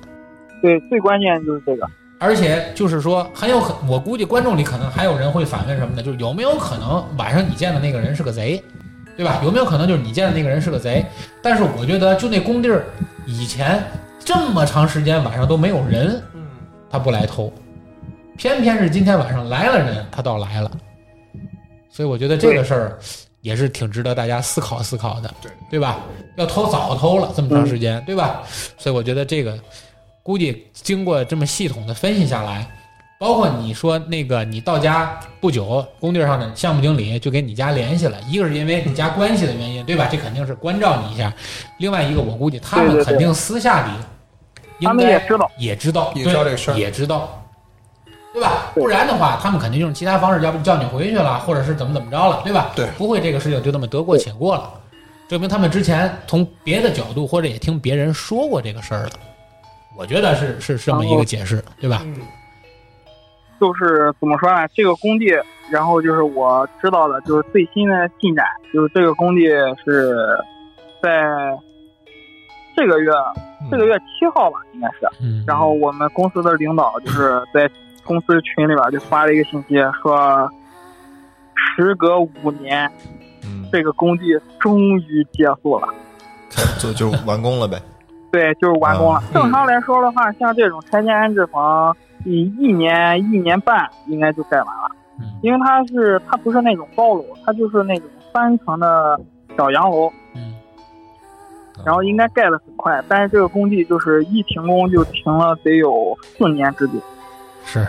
对，最关键就是这个，而且就是说，很有可，我估计观众里可能还有人会反问什么呢？就是有没有可能晚上你见的那个人是个贼，对吧？有没有可能就是你见的那个人是个贼？但是我觉得，就那工地儿以前这么长时间晚上都没有人，嗯，他不来偷，偏偏是今天晚上来了人，他倒来了。所以我觉得这个事儿也是挺值得大家思考思考的，对对吧？要偷早偷了这么嗯长时间，对吧？所以我觉得这个估计经过这么系统的分析下来，包括你说那个你到家不久，工地上的项目经理就给你家联系了，一个是因为你家关系的原因，对吧？这肯定是关照你一下。另外一个，我估计他对们对对肯定私下里他应们该也知道，也知道，也知道这事儿对也知道，对吧？对不然的话，他们肯定用其他方式，要不叫你回去了，或者是怎么怎么着了，对吧？对不会这个事情就那么得过且过了，证明他们之前从别的角度或者也听别人说过这个事儿了。我觉得是是这么一个解释，对吧？嗯就是怎么说呢，这个工地，然后就是我知道的，就是最新的进展，就是这个工地是在这个月这个月七号吧，应该是，嗯，然后我们公司的领导就是在公司群里边就发了一个信息说。时隔五年，嗯，这个工地终于结束了。就就完工了呗。对，就是完工了嗯。正常来说的话，像这种拆迁安置房，一一年一年半应该就盖完了，嗯因为它是它不是那种高楼，它就是那种三层的小洋楼，嗯然后应该盖的很快。但是这个工地就是一停工就停了得有四年之久。是。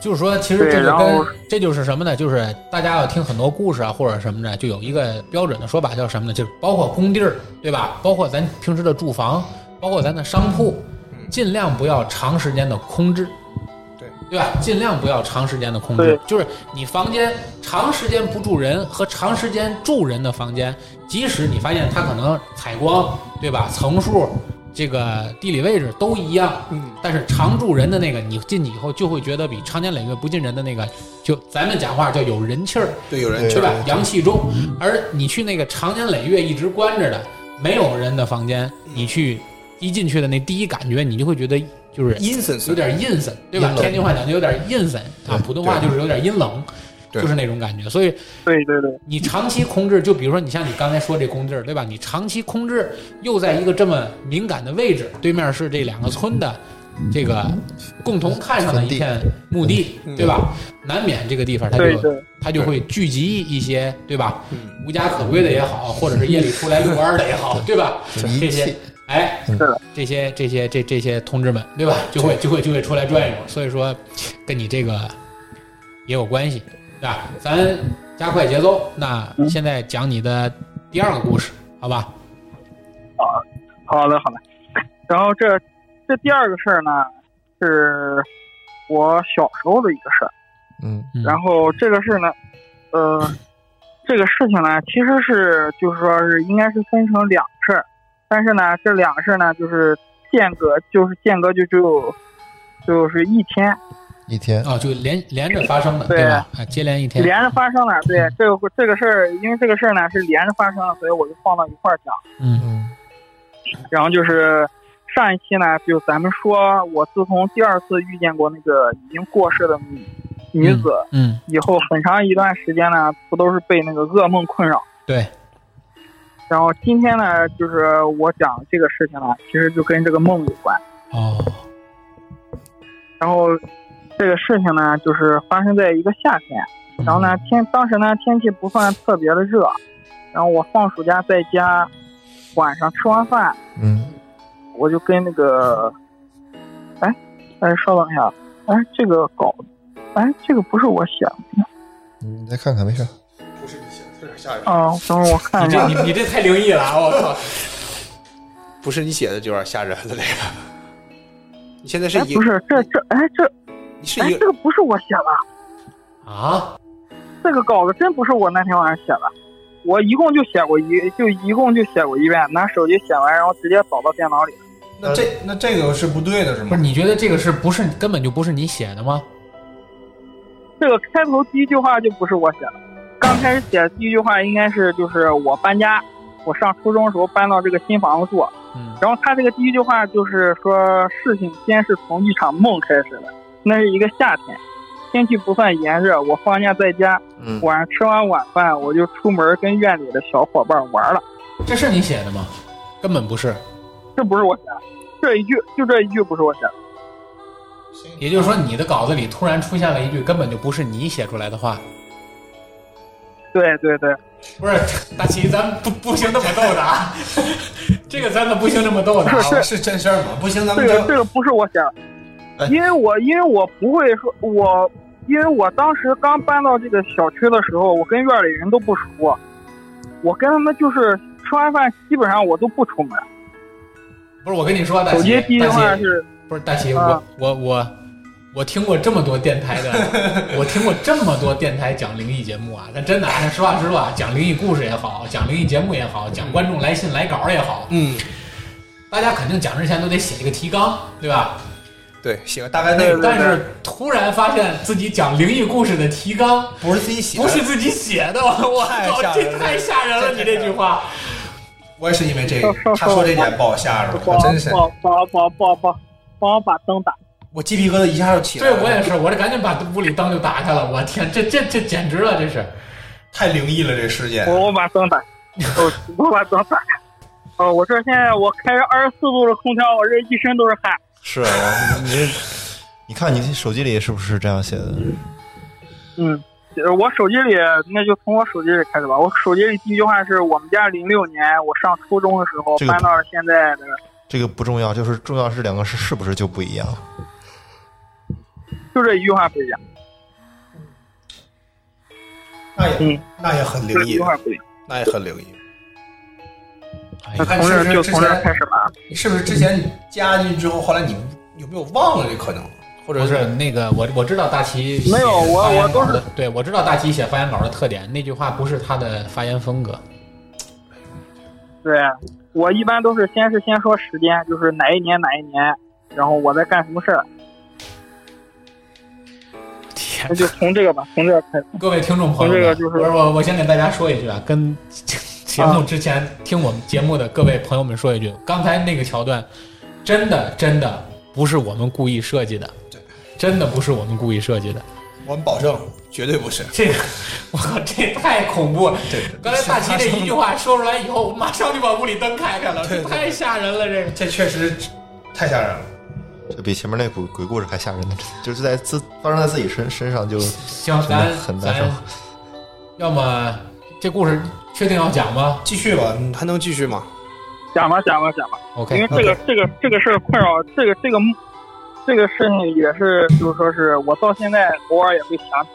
就是说，其实对这就然跟后这就是什么呢？就是大家要听很多故事啊，或者什么的，就有一个标准的说法叫什么呢？就是包括工地儿，对吧？包括咱平时的住房，包括咱的商铺，嗯尽量不要长时间的空置，对对吧？尽量不要长时间的空置对，就是你房间长时间不住人和长时间住人的房间，即使你发现它可能采光，对吧？层数、这个地理位置都一样，嗯，但是常住人的那个，你进去以后就会觉得比常年累月不进人的那个，就咱们讲话叫有人气儿，对，嗯有人对对去吧？阳气重。而你去那个常年累月一直关着的没有人的房间，你去一进去的那第一感觉，你就会觉得就是阴森有森，点阴森，对吧阴？冷天津话讲就有点阴森啊，普通话就是有点阴冷，对就是那种感觉。所以对对对，你长期空置，就比如说你像你刚才说这空置，对吧？你长期空置又在一个这么敏感的位置，对面是这两个村的这个共同看上的一片墓地，对吧？难免这个地方它对就对它就会聚集一些，对吧？无家可归的也好，或者嗯是夜里出来遛弯儿的也好，对吧？这些，哎，的这些这些这这些同志们，对吧？就会就会就会出来转悠，所以说跟你这个也有关系，对吧？咱加快节奏，那嗯现在讲你的第二个故事，好吧？好的好的。然后这这第二个事儿呢，是我小时候的一个事儿。嗯嗯然后这个事呢，呃，这个事情呢，其实是就是说是应该是分成两个事儿，但是呢，这两个事儿呢，就是间隔就是间隔就只有就是一天，一天哦，就连连着发生的，对吧？啊，接连一天，连着发生了。对，这个这个事儿，因为这个事儿呢是连着发生的，所以我就放到一块儿讲。嗯嗯然后就是上一期呢，就咱们说我自从第二次遇见过那个已经过世的女女子嗯，以后，很长一段时间呢，不都是被那个噩梦困扰。对，然后今天呢，就是我讲这个事情呢，其实就跟这个梦有关。哦，然后这个事情呢，就是发生在一个夏天，嗯然后呢天当时呢天气不算特别的热，然后我放暑假在家，晚上吃完饭，嗯我就跟那个，哎，哎，稍等一下，哎，这个稿，哎，这个不是我写的，嗯，你再看看，没事。不是你写的，有点吓人。啊、等会儿我看你一这下，你你这太灵异了啊，我靠！不是你写的就有点吓人了，这个。你现在是哎，一不个，是这这，哎这，你是哎一这个个，不是我写的，啊，这个稿子真不是我那天晚上写的，我一共就写过一，就一共就写过一遍，拿手机写完，然后直接导到电脑里。那这那这个是不对的，是不是？？你觉得这个是不是根本就不是你写的吗？这个开头第一句话就不是我写的，刚开始写的第一句话应该是就是我搬家，我上初中的时候搬到这个新房子住，嗯然后他这个第一句话就是说，事情先是从一场梦开始的。那是一个夏天，天气不算炎热，我放假在家，嗯晚上吃完晚饭我就出门跟院里的小伙伴玩了。这是你写的吗？根本不是，这不是我写的，这一句就这一句不是我写的。也就是说你的稿子里突然出现了一句根本就不是你写出来的话。对对对，不是大齐，咱不不行那么逗的啊， 这个咱可不行这么逗的啊。是是真事儿吗？不行，咱这个啊这个不是我写的，因为我因为我不会说，我因为我当时刚搬到这个小区的时候，我跟院里人都不熟，我跟他们就是吃完饭基本上我都不出门。不是我跟你说，大手齐，机第一句大话齐，是不是大齐，啊我我我我听过这么多电台 的，我听过这么多电台讲灵异节目啊，但真的，咱实话实说啊，讲灵异故事也好，讲灵异节目也好，讲观众来信来稿也好，嗯，大家肯定讲之前都得写一个提纲，对吧？对，写个大概内容，但是突然发现自己讲灵异故事的提纲不是自己写的，不是自己写的，我我太吓靠，人这了太吓人了！你这句话，我也是因为这个说说，他说这点把我吓着了，帮我啊真是，帮帮帮帮帮帮我把灯打。我鸡皮疙瘩一下就起来对了。我也是，我这赶紧把屋里灯就打开了，我天，这这这简直了，这是。太灵异了，这事件。我我把灯打，我我把灯打开。哦，我这现在我开着二十四度的空调，我这一身都是汗。是啊，我你这，你看你手机里是不是这样写的？嗯，呃我手机里那就从我手机里开始吧。我手机里第一句话是我们家零六年我上初中的时候这个搬到了现在的，这个不重要，就是重要是两个是是不是就不一样？就这一句话不一样，那也嗯那也很就这灵一异句，话不一样。那也很灵异。哎呀，那从这儿是就是从这儿之前开始吧。你是不是之前你加进去之后，后来你有没有忘了这可能？或者不是那个，我我知道大齐没有我写发言我都稿的，对我知道大齐写发言稿的特点，那句话不是他的发言风格。对，我一般都是先是先说时间，就是哪一年哪一年，然后我在干什么事儿，天那，就从这个吧，从这儿开始。各位听众朋友这们，个就是啊不是我，我先给大家说一句啊，跟节目之前听我们节目的各位朋友们说一句，刚才那个桥段，真的真的不是我们故意设计的对，真的不是我们故意设计的。我们保证绝对不是。这个，我靠，这太恐怖了！对，刚才大齐这一句话说出来以后，我马上就把屋里灯开开了，对这对太吓人了，这个。这确实太吓人了。这比前面那鬼鬼故事还吓人呢，就是在自发生在自己身身上就行，真咱的很难咱受。要么这故事确定要讲吗继续吧，嗯你还能继续吗？讲吧讲吧讲吧，因？OK，为这个这个这个事儿困扰这个这个这个事情也是，就是说是我到现在偶尔也会想起，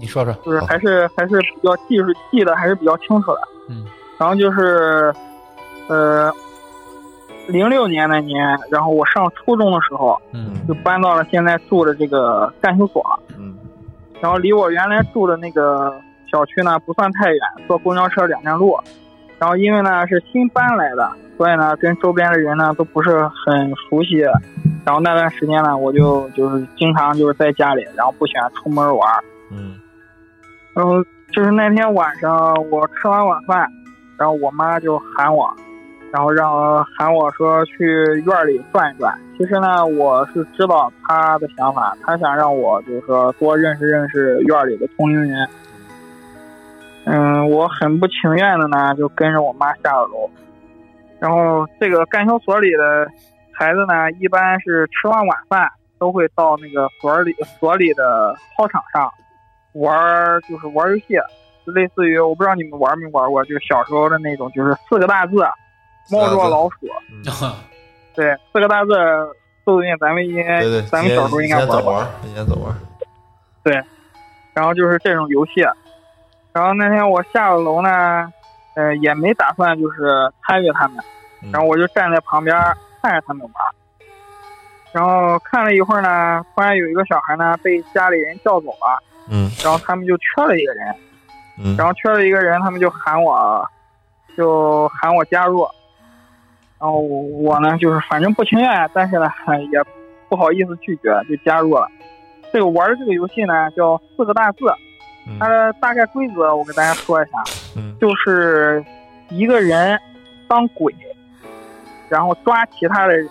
你说说，哦就是还是还是比较记住记得还是比较清楚的。嗯，然后就是呃，零六年那年，然后我上初中的时候嗯就搬到了现在住的这个干休所。嗯然后离我原来住的那个小区呢不算太远，坐公交车两站路。然后因为呢是新搬来的，所以呢跟周边的人呢都不是很熟悉。然后那段时间呢，我就就是经常就是在家里，然后不喜欢出门玩。嗯然后就是那天晚上我吃完晚饭，然后我妈就喊我，然后让我喊我说去院里转一转。其实呢，我是知道她的想法，她想让我就是说多认识认识院里的同龄人。嗯，我很不情愿的呢，就跟着我妈下了楼。然后这个干休所里的孩子呢，一般是吃完晚饭都会到那个所里所里的操场上玩儿就是玩儿游戏，就类似于我不知道你们玩儿没玩过，就是小时候的那种，就是四个大字，猫捉老鼠。嗯 对，四个大字，豆豆印咱们应该对对，咱们小时候应该今天玩早过。玩儿，今天早玩儿。然后就是这种游戏。然后那天我下了楼呢，呃，也没打算就是参与他们，嗯然后我就站在旁边儿看着他们玩儿。然后看了一会儿呢，突然有一个小孩呢被家里人叫走了，嗯然后他们就缺了一个人。嗯，然后缺了一个人，他们就喊我，就喊我加入。然后我呢，就是反正不情愿，但是呢也不好意思拒绝，就加入了。这个玩的这个游戏呢，叫四个大字，嗯它的呃大概规则我给大家说一下，嗯就是一个人当鬼，然后抓其他的人。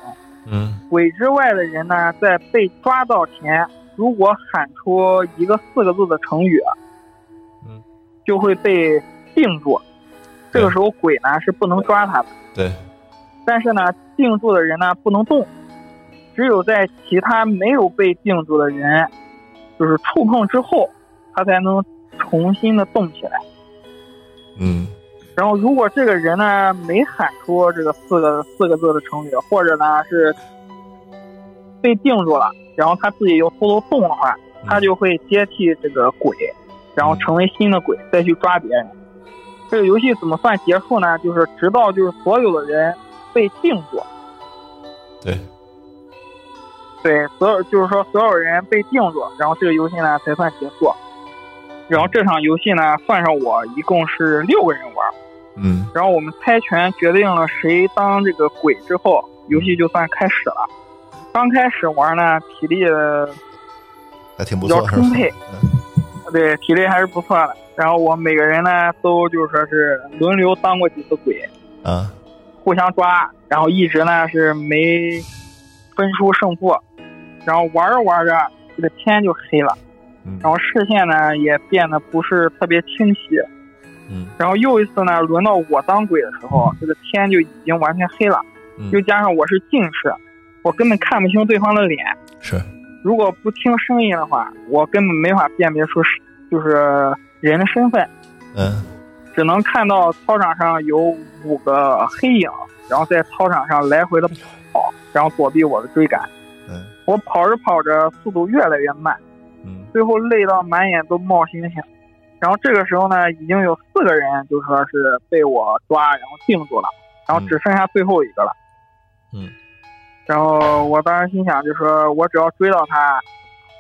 嗯鬼之外的人呢，在被抓到前，如果喊出一个四个字的成语，嗯，就会被定住。这个对时候鬼呢是不能抓他的，对，但是呢，定住的人呢不能动，只有在其他没有被定住的人，就是触碰之后，他才能重新的动起来。嗯然后如果这个人呢没喊出这个四个四个字的成语，或者呢是被定住了，然后他自己又偷偷动的话，他就会接替这个鬼，然后成为新的鬼，再去抓别人。这个游戏怎么算结束呢？就是直到就是所有的人被定住，对，对，所有就是说所有人被定住，然后这个游戏呢才算结束。然后这场游戏呢，算上我一共是六个人玩。嗯然后我们猜拳决定了谁当这个鬼之后，游戏就算开始了。刚开始玩呢，体力呃还挺不比较错，是吧充沛嗯对呃体力还是不错的。然后我每个人呢都就是说是轮流当过几次鬼，啊，互相抓，然后一直呢是没分出胜负。然后玩着玩着，这个天就黑了，嗯然后视线呢也变得不是特别清晰。嗯然后又一次呢，轮到我当鬼的时候，这个天就已经完全黑了。嗯又加上我是近视，我根本看不清对方的脸。是，如果不听声音的话，我根本没法辨别出是就是人的身份，嗯只能看到操场上有五个黑影，然后在操场上来回的跑，然后躲避我的追赶。嗯我跑着跑着，速度越来越慢，嗯最后累到满眼都冒星星。然后这个时候呢，已经有四个人就说是被我抓，然后定住了，然后只剩下最后一个了。嗯。然后我当时心想，就说我只要追到他，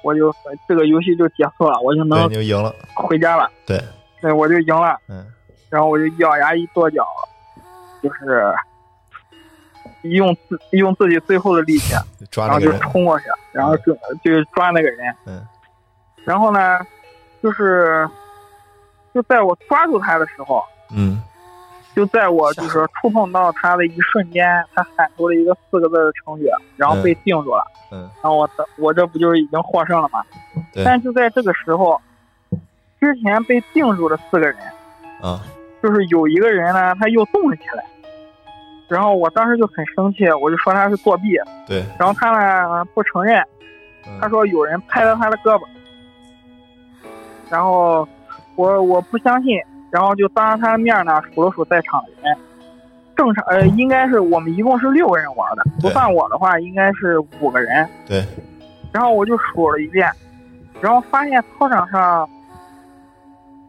我就这个游戏就结束了，我就对，能你就赢了，回家了。对，对，我就赢了。嗯然后我就一咬牙一跺脚，就是用自用自己最后的力气，就抓那然后个就人，冲过去，然后就就抓那个人。嗯然后呢，就是就在我抓住他的时候，嗯就在我就是触碰到他的一瞬间，他喊出了一个四个字的成语，然后被定住了。嗯然后我的我这不就是已经获胜了吗？对但就在这个时候，之前被定住的四个人，啊就是有一个人呢，他又动了起来，然后我当时就很生气，我就说他是作弊。对，然后他呢不承认，他说有人拍了他的胳膊，然后我我不相信，然后就当着他的面呢数了数在场的人，正常呃应该是我们一共是六个人玩的，不对算我的话应该是五个人，对，然后我就数了一遍，然后发现操场上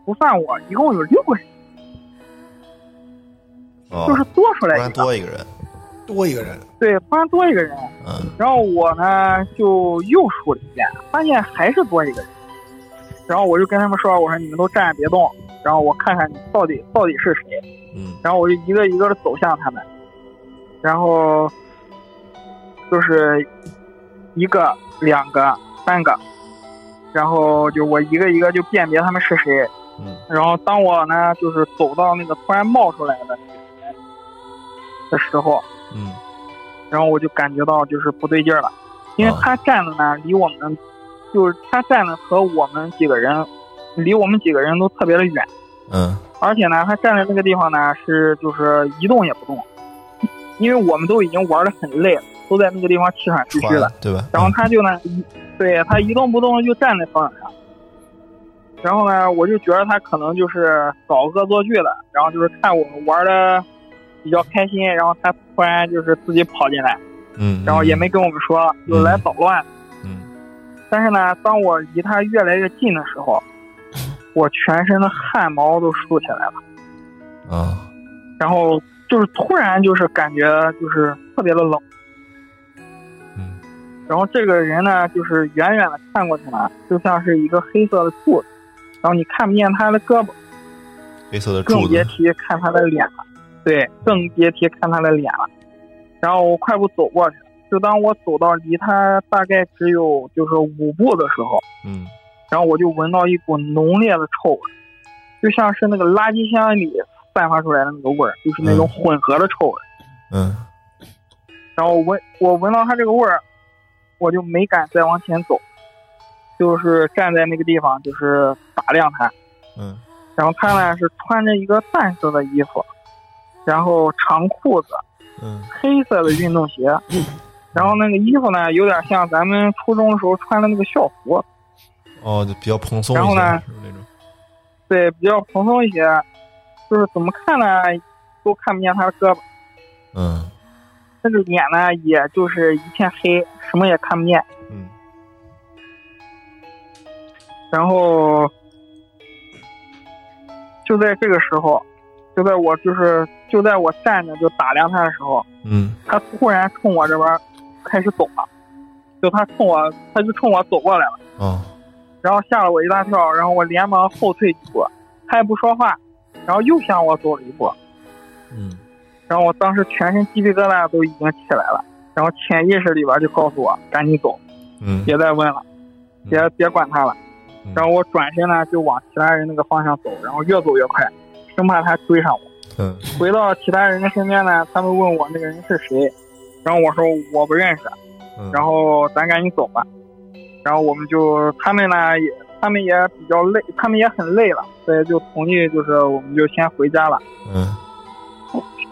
不算我一共有六个人，哦，就是多出突来然一个，多一个人，多一个人，对，突然多一个人，嗯，然后我呢就又数了一遍，发现还是多一个人。然后我就跟他们说：“我说你们都站着别动，然后我看看你到底到底是谁。”嗯，然后我就一个一个的走向他们，然后就是一个、两个、三个，然后就我一个一个就辨别他们是谁。嗯，然后当我呢就是走到那个突然冒出来的那个人的时候，嗯，然后我就感觉到就是不对劲儿了，因为啊他站的呢离我们，就是他站的和我们几个人，离我们几个人都特别的远，嗯，而且呢他站在那个地方呢是就是一动也不动，因为我们都已经玩的很累了，都在那个地方气喘吁吁了传，对吧？然后他就呢一对他一动不动的就站在操场上。然后呢，我就觉得他可能就是搞恶作剧了，然后就是看我们玩的比较开心，然后他突然就是自己跑进来，嗯，嗯，然后也没跟我们说，就来捣乱。嗯，但是呢，当我离他越来越近的 时候，我全身的汗毛都竖起来了，嗯啊，然后就是突然就是感觉就是特别的冷。嗯，然后这个人呢，就是远远的看过去呢，就像是一个黑色的柱子，然后你看不见他的胳膊，黑色的更柱别子，提看他的脸了。对，更别提看他的脸了。然后我快步走过去，就当我走到离他大概只有就是五步的时候。嗯，然后我就闻到一股浓烈的臭味，就像是那个垃圾箱里散发出来的那个味儿，就是那种混合的臭味。嗯，然后我闻我闻到它这个味儿，我就没敢再往前走，就是站在那个地方，就是打量它。嗯，然后他呢是穿着一个淡色的衣服，然后长裤子，嗯，黑色的运动鞋，然后那个衣服呢有点像咱们初中的时候穿的那个校服。哦，就比较蓬松一些，然后呢是不是那种？对，比较蓬松一些，就是怎么看呢，都看不见他的胳膊，嗯那个脸呢，也就是一片黑，什么也看不见。嗯然后就在这个时候，就在我就是就在我站着就打量他的时候，嗯他突然冲我这边儿开始走了，就他冲我，他就冲我走过来了，哦，然后吓了我一大跳，然后我连忙后退几步，他也不说话，然后又向我走了一步。嗯然后我当时全身鸡皮疙瘩都已经起来了，然后潜意识里边就告诉我赶紧走，嗯别再问了，嗯别别管他了嗯。然后我转身呢就往其他人那个方向走，然后越走越快，生怕他追上我。嗯回到其他人的身边呢，他们问我那个人是谁，然后我说我不认识，嗯，然后咱赶紧走吧。然后我们就他们呢也他们也比较累，他们也很累了，所以就同意就是我们就先回家了。嗯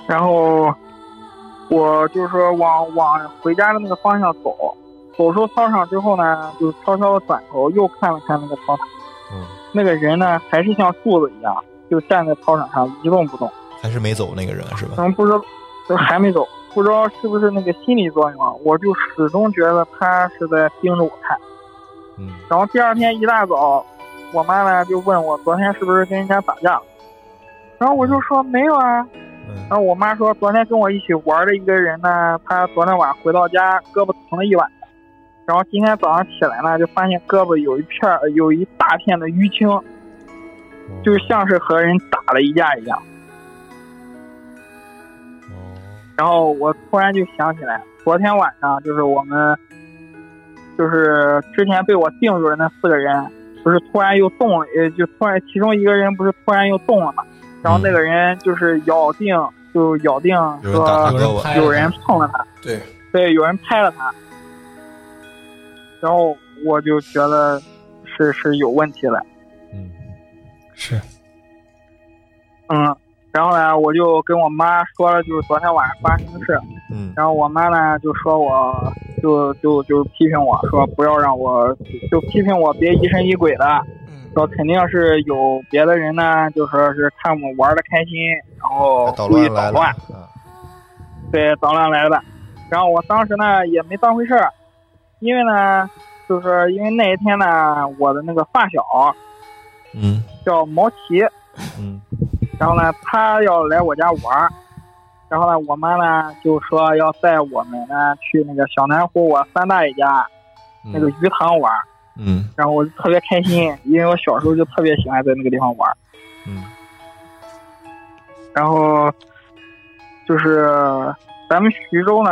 然后我就是说往往回家的那个方向走，走出操场之后呢，就悄悄的转头又看了看那个操场，嗯，那个人呢还是像柱子一样，就站在操场上一动不动。还是没走那个人是吧？然后不知道就是还没走，不知道是不是那个心理作用啊，我就始终觉得他是在盯着我看。嗯然后第二天一大早，我妈呢就问我昨天是不是跟人家打架了，然后我就说没有啊，嗯然后我妈说，昨天跟我一起玩的一个人呢，他昨天晚上回到家，胳膊疼了一晚上，然后今天早上起来呢，就发现胳膊有一片儿有一大片的淤青，就像是和人打了一架一样。哦然后我突然就想起来，昨天晚上就是我们，就是之前被我定住的那四个人，不是突然又动了，也就突然其中一个人不是突然又动了嘛，嗯然后那个人就是咬定就咬定有人打说他有人拍胳膊，有人碰了他，对，对，有人拍了他，然后我就觉得是是有问题了，嗯是嗯，然后呢，我就跟我妈说了，就是昨天晚上发生的事。嗯然后我妈呢就说我，就就就批评我说不要让我，就批评我别疑神疑鬼的，嗯说肯定是有别的人呢，就说是看我玩的开心，然后捣故意乱捣来乱了，，啊对，捣乱来的。然后我当时呢也没当回事儿，因为呢，就是因为那一天呢，我的那个发小嗯叫毛奇，嗯然后呢，他要来我家玩儿，然后呢，我妈呢就说要带我们呢去那个小南湖我三大爷家嗯那个鱼塘玩儿，嗯然后我就特别开心，因为我小时候就特别喜欢在那个地方玩儿，嗯然后就是咱们徐州呢，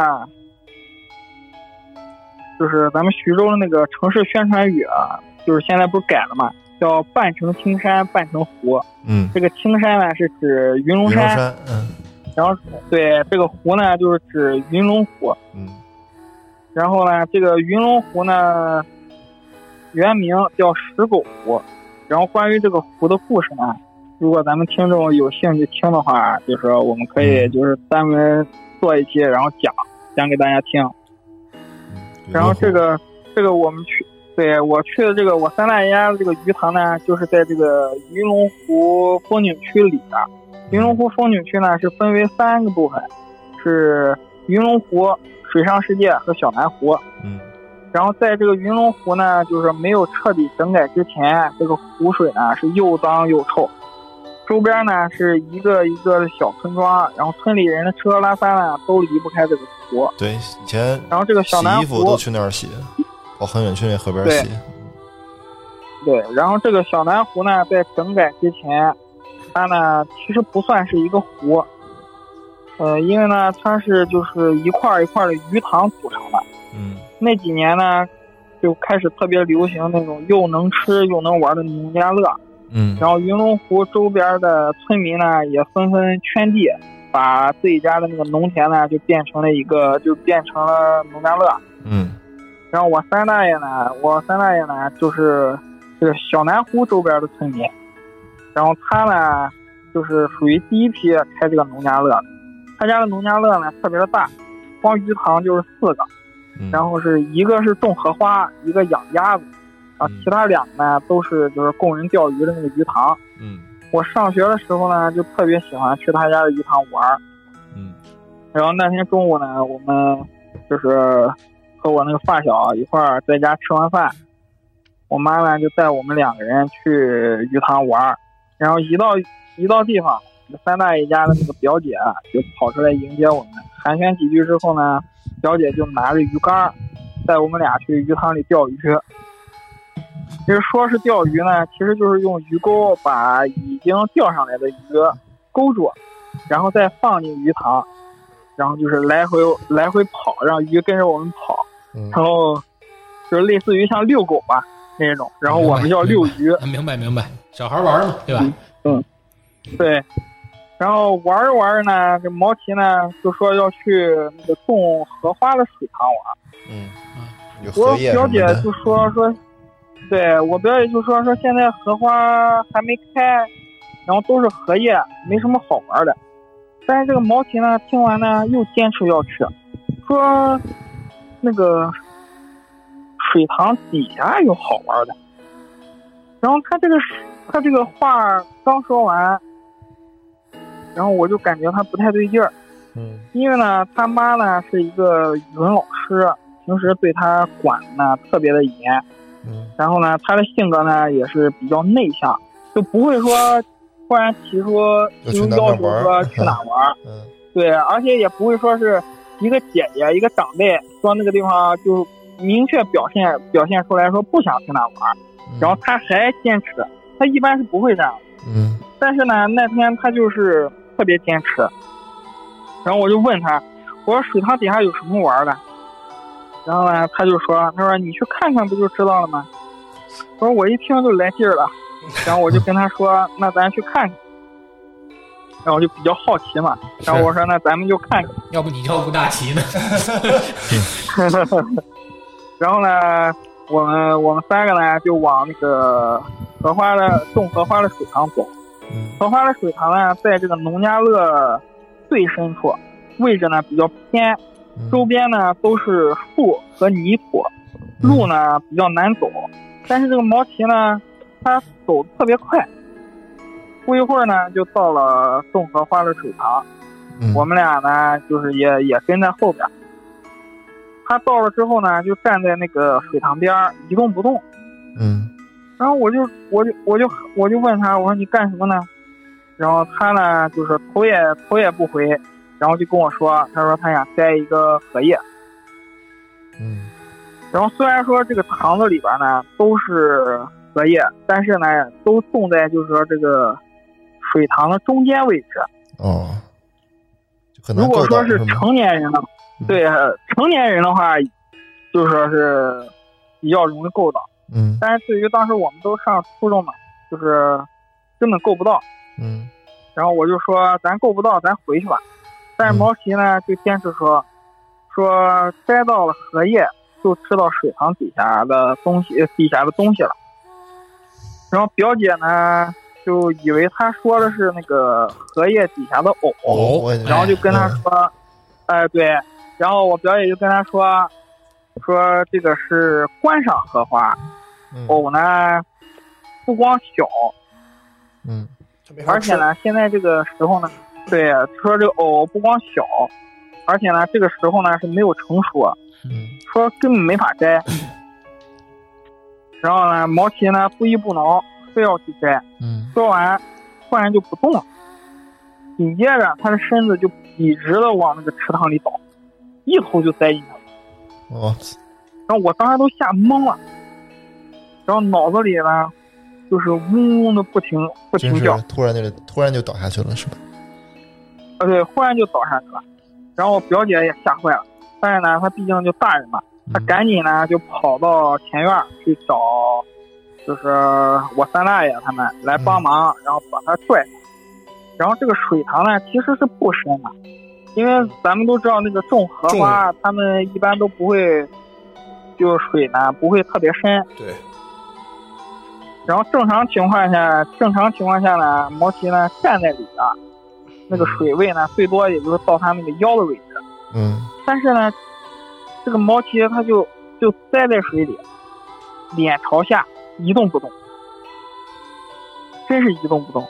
就是咱们徐州的那个城市宣传语啊，就是现在不是改了嘛，叫半城青山半城湖，嗯，这个青山呢是指云云龙龙山。山，嗯然后对这个湖呢，就是指云龙湖。嗯然后呢，这个云龙湖呢，原名叫石狗湖。然后关于这个湖的故事呢，如果咱们听众有兴趣听的话，就是我们可以就是单门做一期，然后讲讲给大家听。嗯，然后这个这个我们去，对我去的这个我三大爷家的这个鱼塘呢，就是在这个云龙湖风景区里边儿。云龙湖风景区呢是分为三个部分，是云龙湖、水上世界和小南湖。嗯然后在这个云龙湖呢，就是没有彻底整改之前，这个湖水呢是又脏又臭。周边呢是一个一个的小村庄，然后村里人的吃喝拉撒呢都离不开这个湖。对以前然后这个小南洗湖衣服都去那儿洗，跑很远去那河边洗，对，然后这个小南湖呢，在整改之前，它呢其实不算是一个湖，呃，因为呢它是就是一块儿一块儿的鱼塘组成的。嗯那几年呢，就开始特别流行那种又能吃又能玩的农家乐，嗯然后云龙湖周边的村民呢，也纷纷圈地，把自己家的那个农田呢，就变成了一个就变成了农家乐。嗯然后我三大爷呢，我三大爷呢就是这个小南湖周边的村民，然后他呢就是属于第一批开这个农家乐的，他家的农家乐呢特别的大，光鱼塘就是四个，嗯，然后是一个是种荷花，一个养鸭子，啊嗯，其他两个呢都是就是供人钓鱼的那个鱼塘。嗯我上学的时候呢，就特别喜欢去他家的鱼塘玩儿，嗯然后那天中午呢，我们就是和我那个发小一块儿在家吃完饭，我妈呢就带我们两个人去鱼塘玩儿，然后一到一到地方，三大爷家的那个表姐啊就跑出来迎接我们，寒暄几句之后呢，表姐就拿着鱼竿儿带我们俩去鱼塘里钓鱼。其实说是钓鱼呢，其实就是用鱼钩把已经钓上来的鱼勾住，然后再放进鱼塘。然后就是来回来回跑，让鱼跟着我们跑，嗯然后就是类似于像遛狗吧那种，然后我们叫遛鱼， 啊明白明白，小孩玩嘛，对吧？嗯对。然后玩着玩着呢，这毛奇呢就说要去那个种荷花的水塘玩。嗯，有我荷叶表什么姐的嗯就说说，对我表姐就说说现在荷花还没开，然后都是荷叶，没什么好玩的。但是这个毛奇呢，听完呢又坚持要去，说那个水塘底下有好玩的。然后他这个他这个话刚说完，然后我就感觉他不太对劲儿。嗯因为呢，他妈呢是一个语文老师，平时对他管呢特别的严。嗯然后呢，他的性格呢也是比较内向，就不会说突然提出就去提出哪要哪求玩儿说去哪玩儿。嗯对，而且也不会说是一个姐姐一个长辈说那个地方就明确表现表现出来说不想去哪玩儿，嗯，然后他还坚持，他一般是不会这样。嗯但是呢，那天他就是特别坚持。然后我就问他，我说水塘底下有什么玩的？然后呢，他就说，他说你去看看不就知道了吗？我说我一听就来劲儿了，然后我就跟他说， 那咱去看看。然后我就比较好奇嘛，然后我说那咱们就看看。要不你叫吴大奇呢？然后呢，我们我们三个呢就往那个荷花的种荷花的水塘走。嗯桃花的水塘呢，在这个农家乐最深处，位置呢比较偏，嗯周边呢都是树和泥土，路呢比较难走。但是这个毛奇呢，他走得特别快，不一会儿呢就到了种荷花的水塘。嗯我们俩呢，就是也也跟在后边儿。他到了之后呢，就站在那个水塘边儿一动不动。嗯然后我就我就我就我就问他，我说你干什么呢？然后他呢，就是头也头也不回，然后就跟我说，他说他想摘一个荷叶。嗯然后虽然说这个塘子里边呢都是荷叶，但是呢都种在就是说这个水塘的中间位置。哦，就很难如果够说到是吗？嗯成年人的，对呃成年人的话，就说是比较容易够到。嗯但是对于当时我们都上初中嘛，就是根本够不到。嗯然后我就说咱够不到，咱回去吧。但是嗯毛奇呢就坚持说，说摘到了荷叶就吃到水塘底下的东西底下的东西了。然后表姐呢就以为他说的是那个荷叶底下的藕，哦我然然后就跟嗯他说，哎、对，然后我表姐就跟他说，说这个是观赏荷花，嗯藕呢不光小，嗯这没法而且吃。呢，现在这个时候呢，对，说这个藕不光小，而且呢，这个时候呢是没有成熟，嗯说根本没法摘。然后呢，毛奇呢不依不挠，非要去摘。嗯说完，突然就不动了，紧接着他的身子就笔直的往那个池塘里倒，一头就栽进去了。哦然后我当时都吓懵了，然后脑子里呢就是嗡嗡的不停不停真是叫。突然就突然就倒下去了是吧？啊，对，忽然就倒下去了。然后我表姐也吓坏了，但是呢，她毕竟就大人嘛，她嗯赶紧呢就跑到前院儿去找，就是我三大爷他们来帮忙，然后把她拽上。然后这个水塘呢其实是不深的，因为咱们都知道那个种荷花，他们一般都不会，就是水呢不会特别深，对，然后正常情况下，正常情况下呢，毛奇呢站在里边儿，那个水位呢最多也就是到他那个腰的位置。嗯但是呢，这个毛奇他就就栽在水里，脸朝下一动不动，真是一动不动。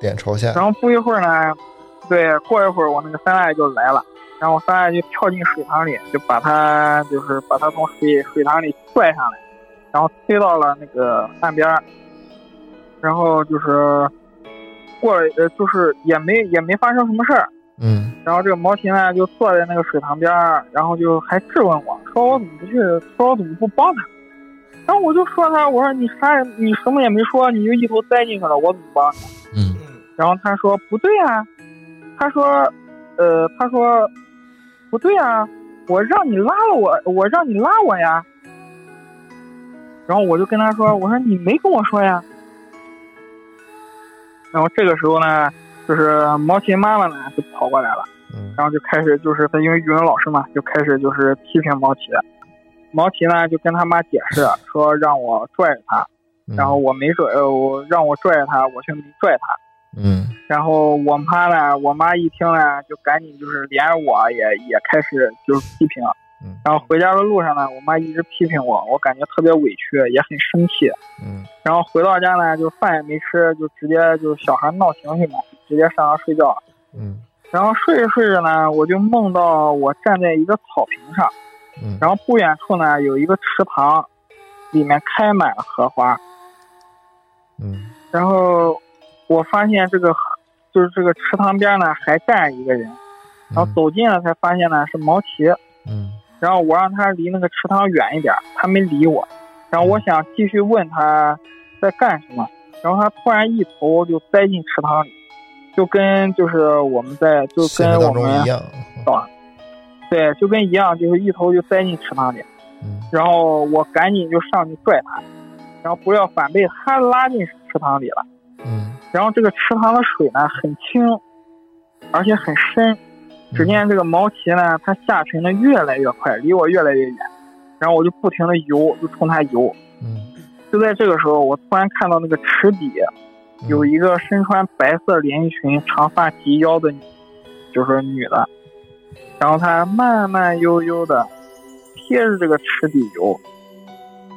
脸朝下然后不一会儿呢，对，过一会儿我那个三大爷就来了，然后我三大爷就跳进水塘里，就把他就是把他从水水塘里拽上来，然后推到了那个岸边儿，然后就是过了呃就是也没也没发生什么事儿，嗯然后这个毛奇呢就坐在那个水塘边儿，然后就还质问我说我怎么不去，说我怎么不帮他。然后我就说他，我说你啥也你什么也没说，你就一头栽进去了，我怎么帮你？嗯嗯，然后他说不对啊，他说，呃，他说不对啊，我让你拉了我，我让你拉我呀。然后我就跟他说，我说你没跟我说呀。然后这个时候呢，就是毛奇妈妈呢就跑过来了，嗯然后就开始就是他因为语文老师嘛，就开始就是批评毛奇。毛奇呢就跟他妈解释说让我拽着他，嗯然后我没拽，呃，我让我拽着他，我却没拽他。嗯然后我妈呢，我妈一听呢，就赶紧就是连着我也也开始就是批评。嗯然后回家的路上呢，我妈一直批评我，我感觉特别委屈，也很生气。嗯然后回到家呢，就饭也没吃，就直接就小孩闹情绪嘛，直接上床睡觉了。嗯然后睡着睡着呢，我就梦到我站在一个草坪上，嗯然后不远处呢有一个池塘，里面开满了荷花。嗯然后我发现这个就是这个池塘边呢还站着一个人，然后走近了才发现呢是毛奇，嗯然后我让他离那个池塘远一点，他没理我，然后嗯我想继续问他在干什么，然后他突然一头就栽进池塘里，就跟就是我们在就现跟实当我中们一样嗯对就跟一样，就是一头就栽进池塘里，嗯然后我赶紧就上去拽他，然后不料反被他拉进池塘里了。嗯然后这个池塘的水呢很清，而且很深。嗯只见这个毛奇呢，它下沉的越来越快，离我越来越远。然后我就不停的游，就冲它游。嗯就在这个时候，我突然看到那个池底有一个身穿白色连衣裙、长发及腰的女，就是女的，然后她慢慢悠悠的贴着这个池底游，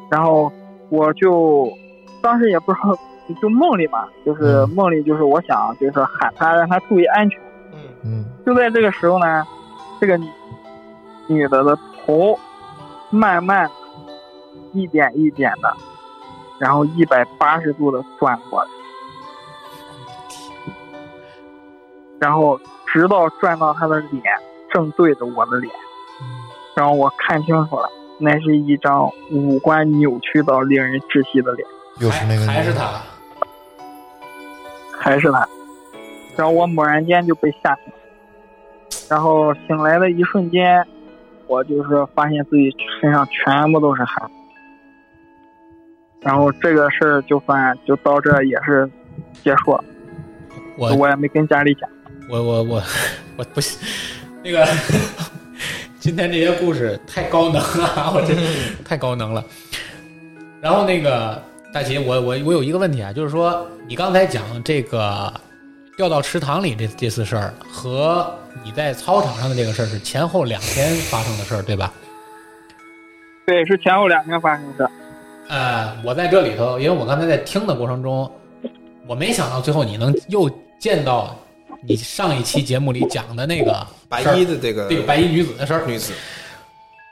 然后我就当时也不知道，就梦里嘛，就是嗯梦里就是我想就是喊她让她注意安全。嗯嗯就在这个时候呢，这个女的的头慢慢一点一点的，然后一百八十度的转过来，然后直到转到她的脸，正对着我的脸，然后我看清楚了，那是一张五官扭曲到令人窒息的脸，又是那个女的还还是他，还是她。然后我猛然间就被吓醒了，然后醒来的一瞬间，我就是发现自己身上全部都是汗。然后这个事儿就算就到这儿也是结束了，我我也没跟家里讲。我我我我不信那个今天这些故事太高能了，我真嗯太高能了。然后那个大齐，我我我有一个问题啊，就是说你刚才讲这个掉到池塘里这这次事儿和你在操场上的这个事儿是前后两天发生的事儿，对吧？对，是前后两天发生的。呃，我在这里头，因为我刚才在听的过程中，我没想到最后你能又见到你上一期节目里讲的那个白事儿衣的这个这个白衣女子的事儿。女子，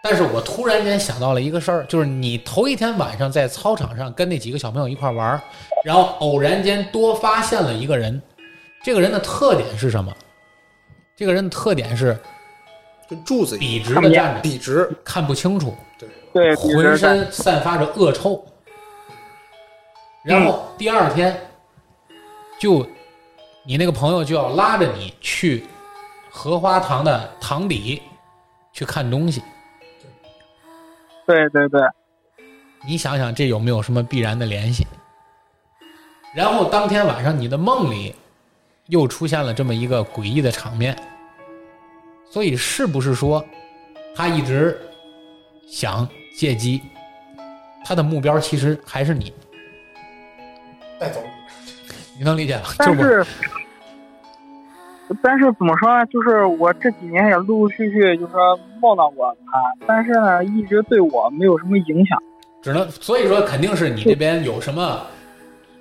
但是我突然间想到了一个事儿，就是你头一天晚上在操场上跟那几个小朋友一块玩儿，然后偶然间多发现了一个人，这个人的特点是什么？这个人的特点是跟柱子一笔样，直的站着，笔直，看不清楚，对，比如浑身散发着恶臭。然后第二天，就你那个朋友就要拉着你去荷花塘的塘底去看东西。对对对，你想想这有没有什么必然的联系？然后当天晚上你的梦里又出现了这么一个诡异的场面，所以是不是说他一直想借机，他的目标其实还是你？带走。 你能理解吧？啊就但我是。但是怎么说呢？就是我这几年也陆陆续续就是说梦到过他，但是呢，一直对我没有什么影响。只能所以说肯定是你这边有什么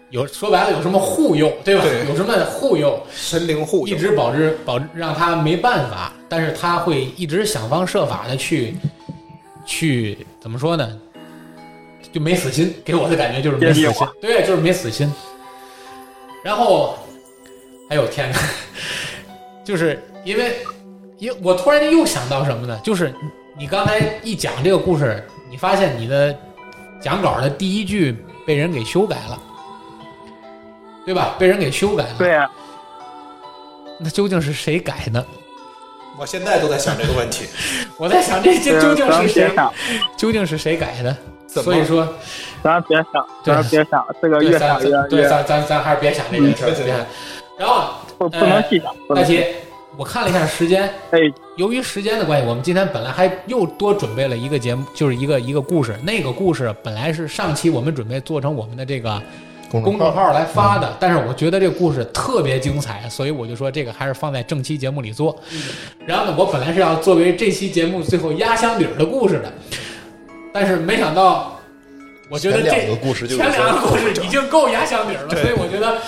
有说白了有什么护佑对吧？对有什么护佑，神灵护一佑，直保持保让他没办法，但是他会一直想方设法的去去怎么说呢？就没死心，给我的感觉就是没死别理心，对，就是没死心。然后，哎呦天哪， 就是因为，因为我突然间又想到什么呢？就是你刚才一讲这个故事，你发现你的讲稿的第一句被人给修改了，对吧？被人给修改了。对，啊那究竟是谁改的？我现在都在想这个问 题，我在想这这究竟啊咱是别谁？想，究竟是谁改的？怎么所以说，咱别想，对咱别想，这个对越咱想越咱对越咱咱咱还是别想这件事儿，嗯别想。然后啊不不哎能细想，不大能细齐，我看了一下时间，哎，由于时间的关系，我们今天本来还又多准备了一个节目，就是一个一个故事。那个故事本来是上期我们准备做成我们的这个公公众众号，嗯号来发的，但是我觉得这个故事特别精彩，所以我就说这个还是放在正期节目里做。然后呢，我本来是要作为这期节目最后压箱底儿的故事的，但是没想到，我觉得前这两个故事就前两个故事已经够压箱底儿了，所以我觉得，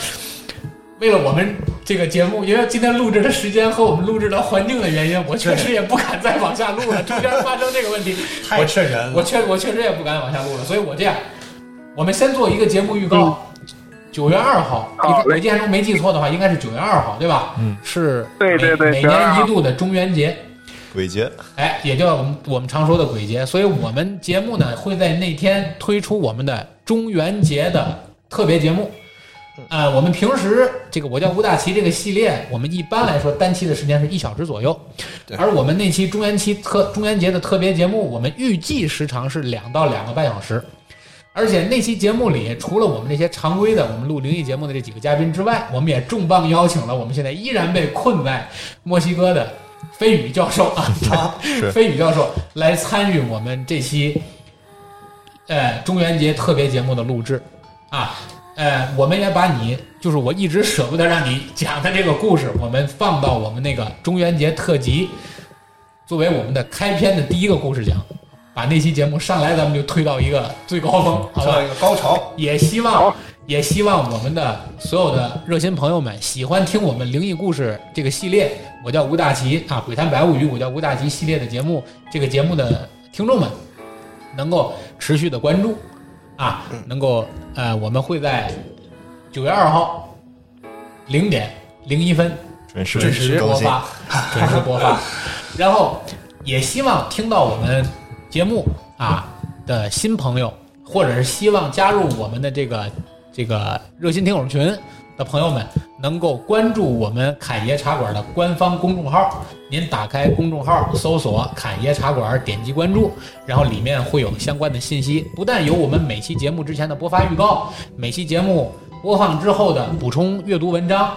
为了我们这个节目，因为今天录制的时间和我们录制的环境的原因，我确实也不敢再往下录了。中间发生这个问题，太瘆人了。我确我确实也不敢往下录了，所以我这样，我们先做一个节目预告，九、月二号，嗯好我印象中没记错的话，应该是九月二号，对吧？嗯，是对对对每每9月2年号一度的中元节，鬼节，哎，也叫我们我们常说的鬼节，所以我们节目呢会在那天推出我们的中元节的特别节目。啊、我们平时这个我叫吴大奇这个系列，我们一般来说单期的时间是一小时左右，对而我们那期中元期特中元节的特别节目，我们预计时长是两到两个半小时。而且那期节目里，除了我们这些常规的我们录灵异节目的这几个嘉宾之外，我们也重磅邀请了我们现在依然被困在墨西哥的飞宇教授啊， 飞宇教授来参与我们这期呃中元节特别节目的录制啊。呃，我们也把你，就是我一直舍不得让你讲的这个故事，我们放到我们那个中元节特辑，作为我们的开篇的第一个故事讲。把那期节目上来，咱们就推到一个最高峰，好吧上？一个高潮，也希望，也希望我们的所有的热心朋友们喜欢听我们灵异故事这个系列，我叫吴大奇啊，《鬼谈百物语》，我叫吴大奇系列的节目，这个节目的听众们能够持续的关注啊，能够呃，我们会在九月二号零点零一分准时准时更播新， 发，准时播发。然后也希望听到我们节目啊的新朋友，或者是希望加入我们的这个这个热心听友群的朋友们，能够关注我们侃爷茶馆的官方公众号。您打开公众号搜索“侃爷茶馆”，点击关注，然后里面会有相关的信息，不但有我们每期节目之前的播发预告，每期节目播放之后的补充阅读文章，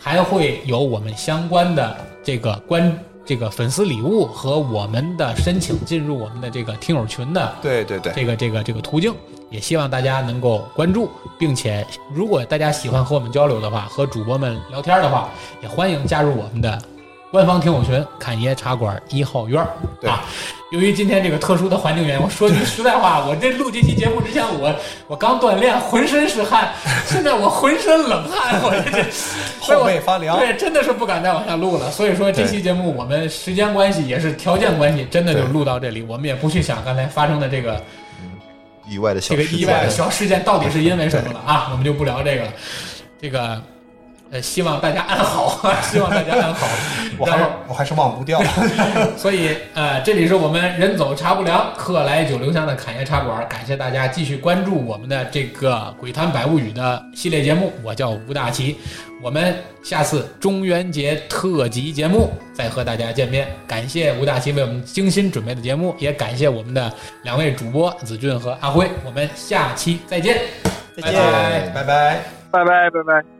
还会有我们相关的这个关这个粉丝礼物和我们的申请进入我们的这个听友群的对对对，这个这个这个途径，也希望大家能够关注，并且如果大家喜欢和我们交流的话，和主播们聊天的话，也欢迎加入我们的官方听友群“侃爷茶馆一号院”对啊。由于今天这个特殊的环境原因，我说句实在话，我这录这期节目之前，我我刚锻炼，浑身是汗，现在我浑身冷汗，我这这所以我 后背发凉对，真的是不敢再往下录了。所以说这期节目我们时间关系也是条件关系，真的就对录到这里，我们也不去想刚才发生的这个。意外的小这个事意外的件，小事件到底是因为什么了啊？我们就不聊这个了。这个呃，希望大家安好， 希望大家安好。我还然是后，我还是忘不掉，所以呃，这里是我们人走茶不凉，客来酒留香的侃爷茶馆，感谢大家继续关注我们的这个《鬼谈百物语》的系列节目。我叫吴大奇，我们下次中元节特辑节目再和大家见面。感谢吴大奇为我们精心准备的节目，也感谢我们的两位主播子 俊和阿辉。我们下期再见。拜拜拜拜。拜拜拜拜。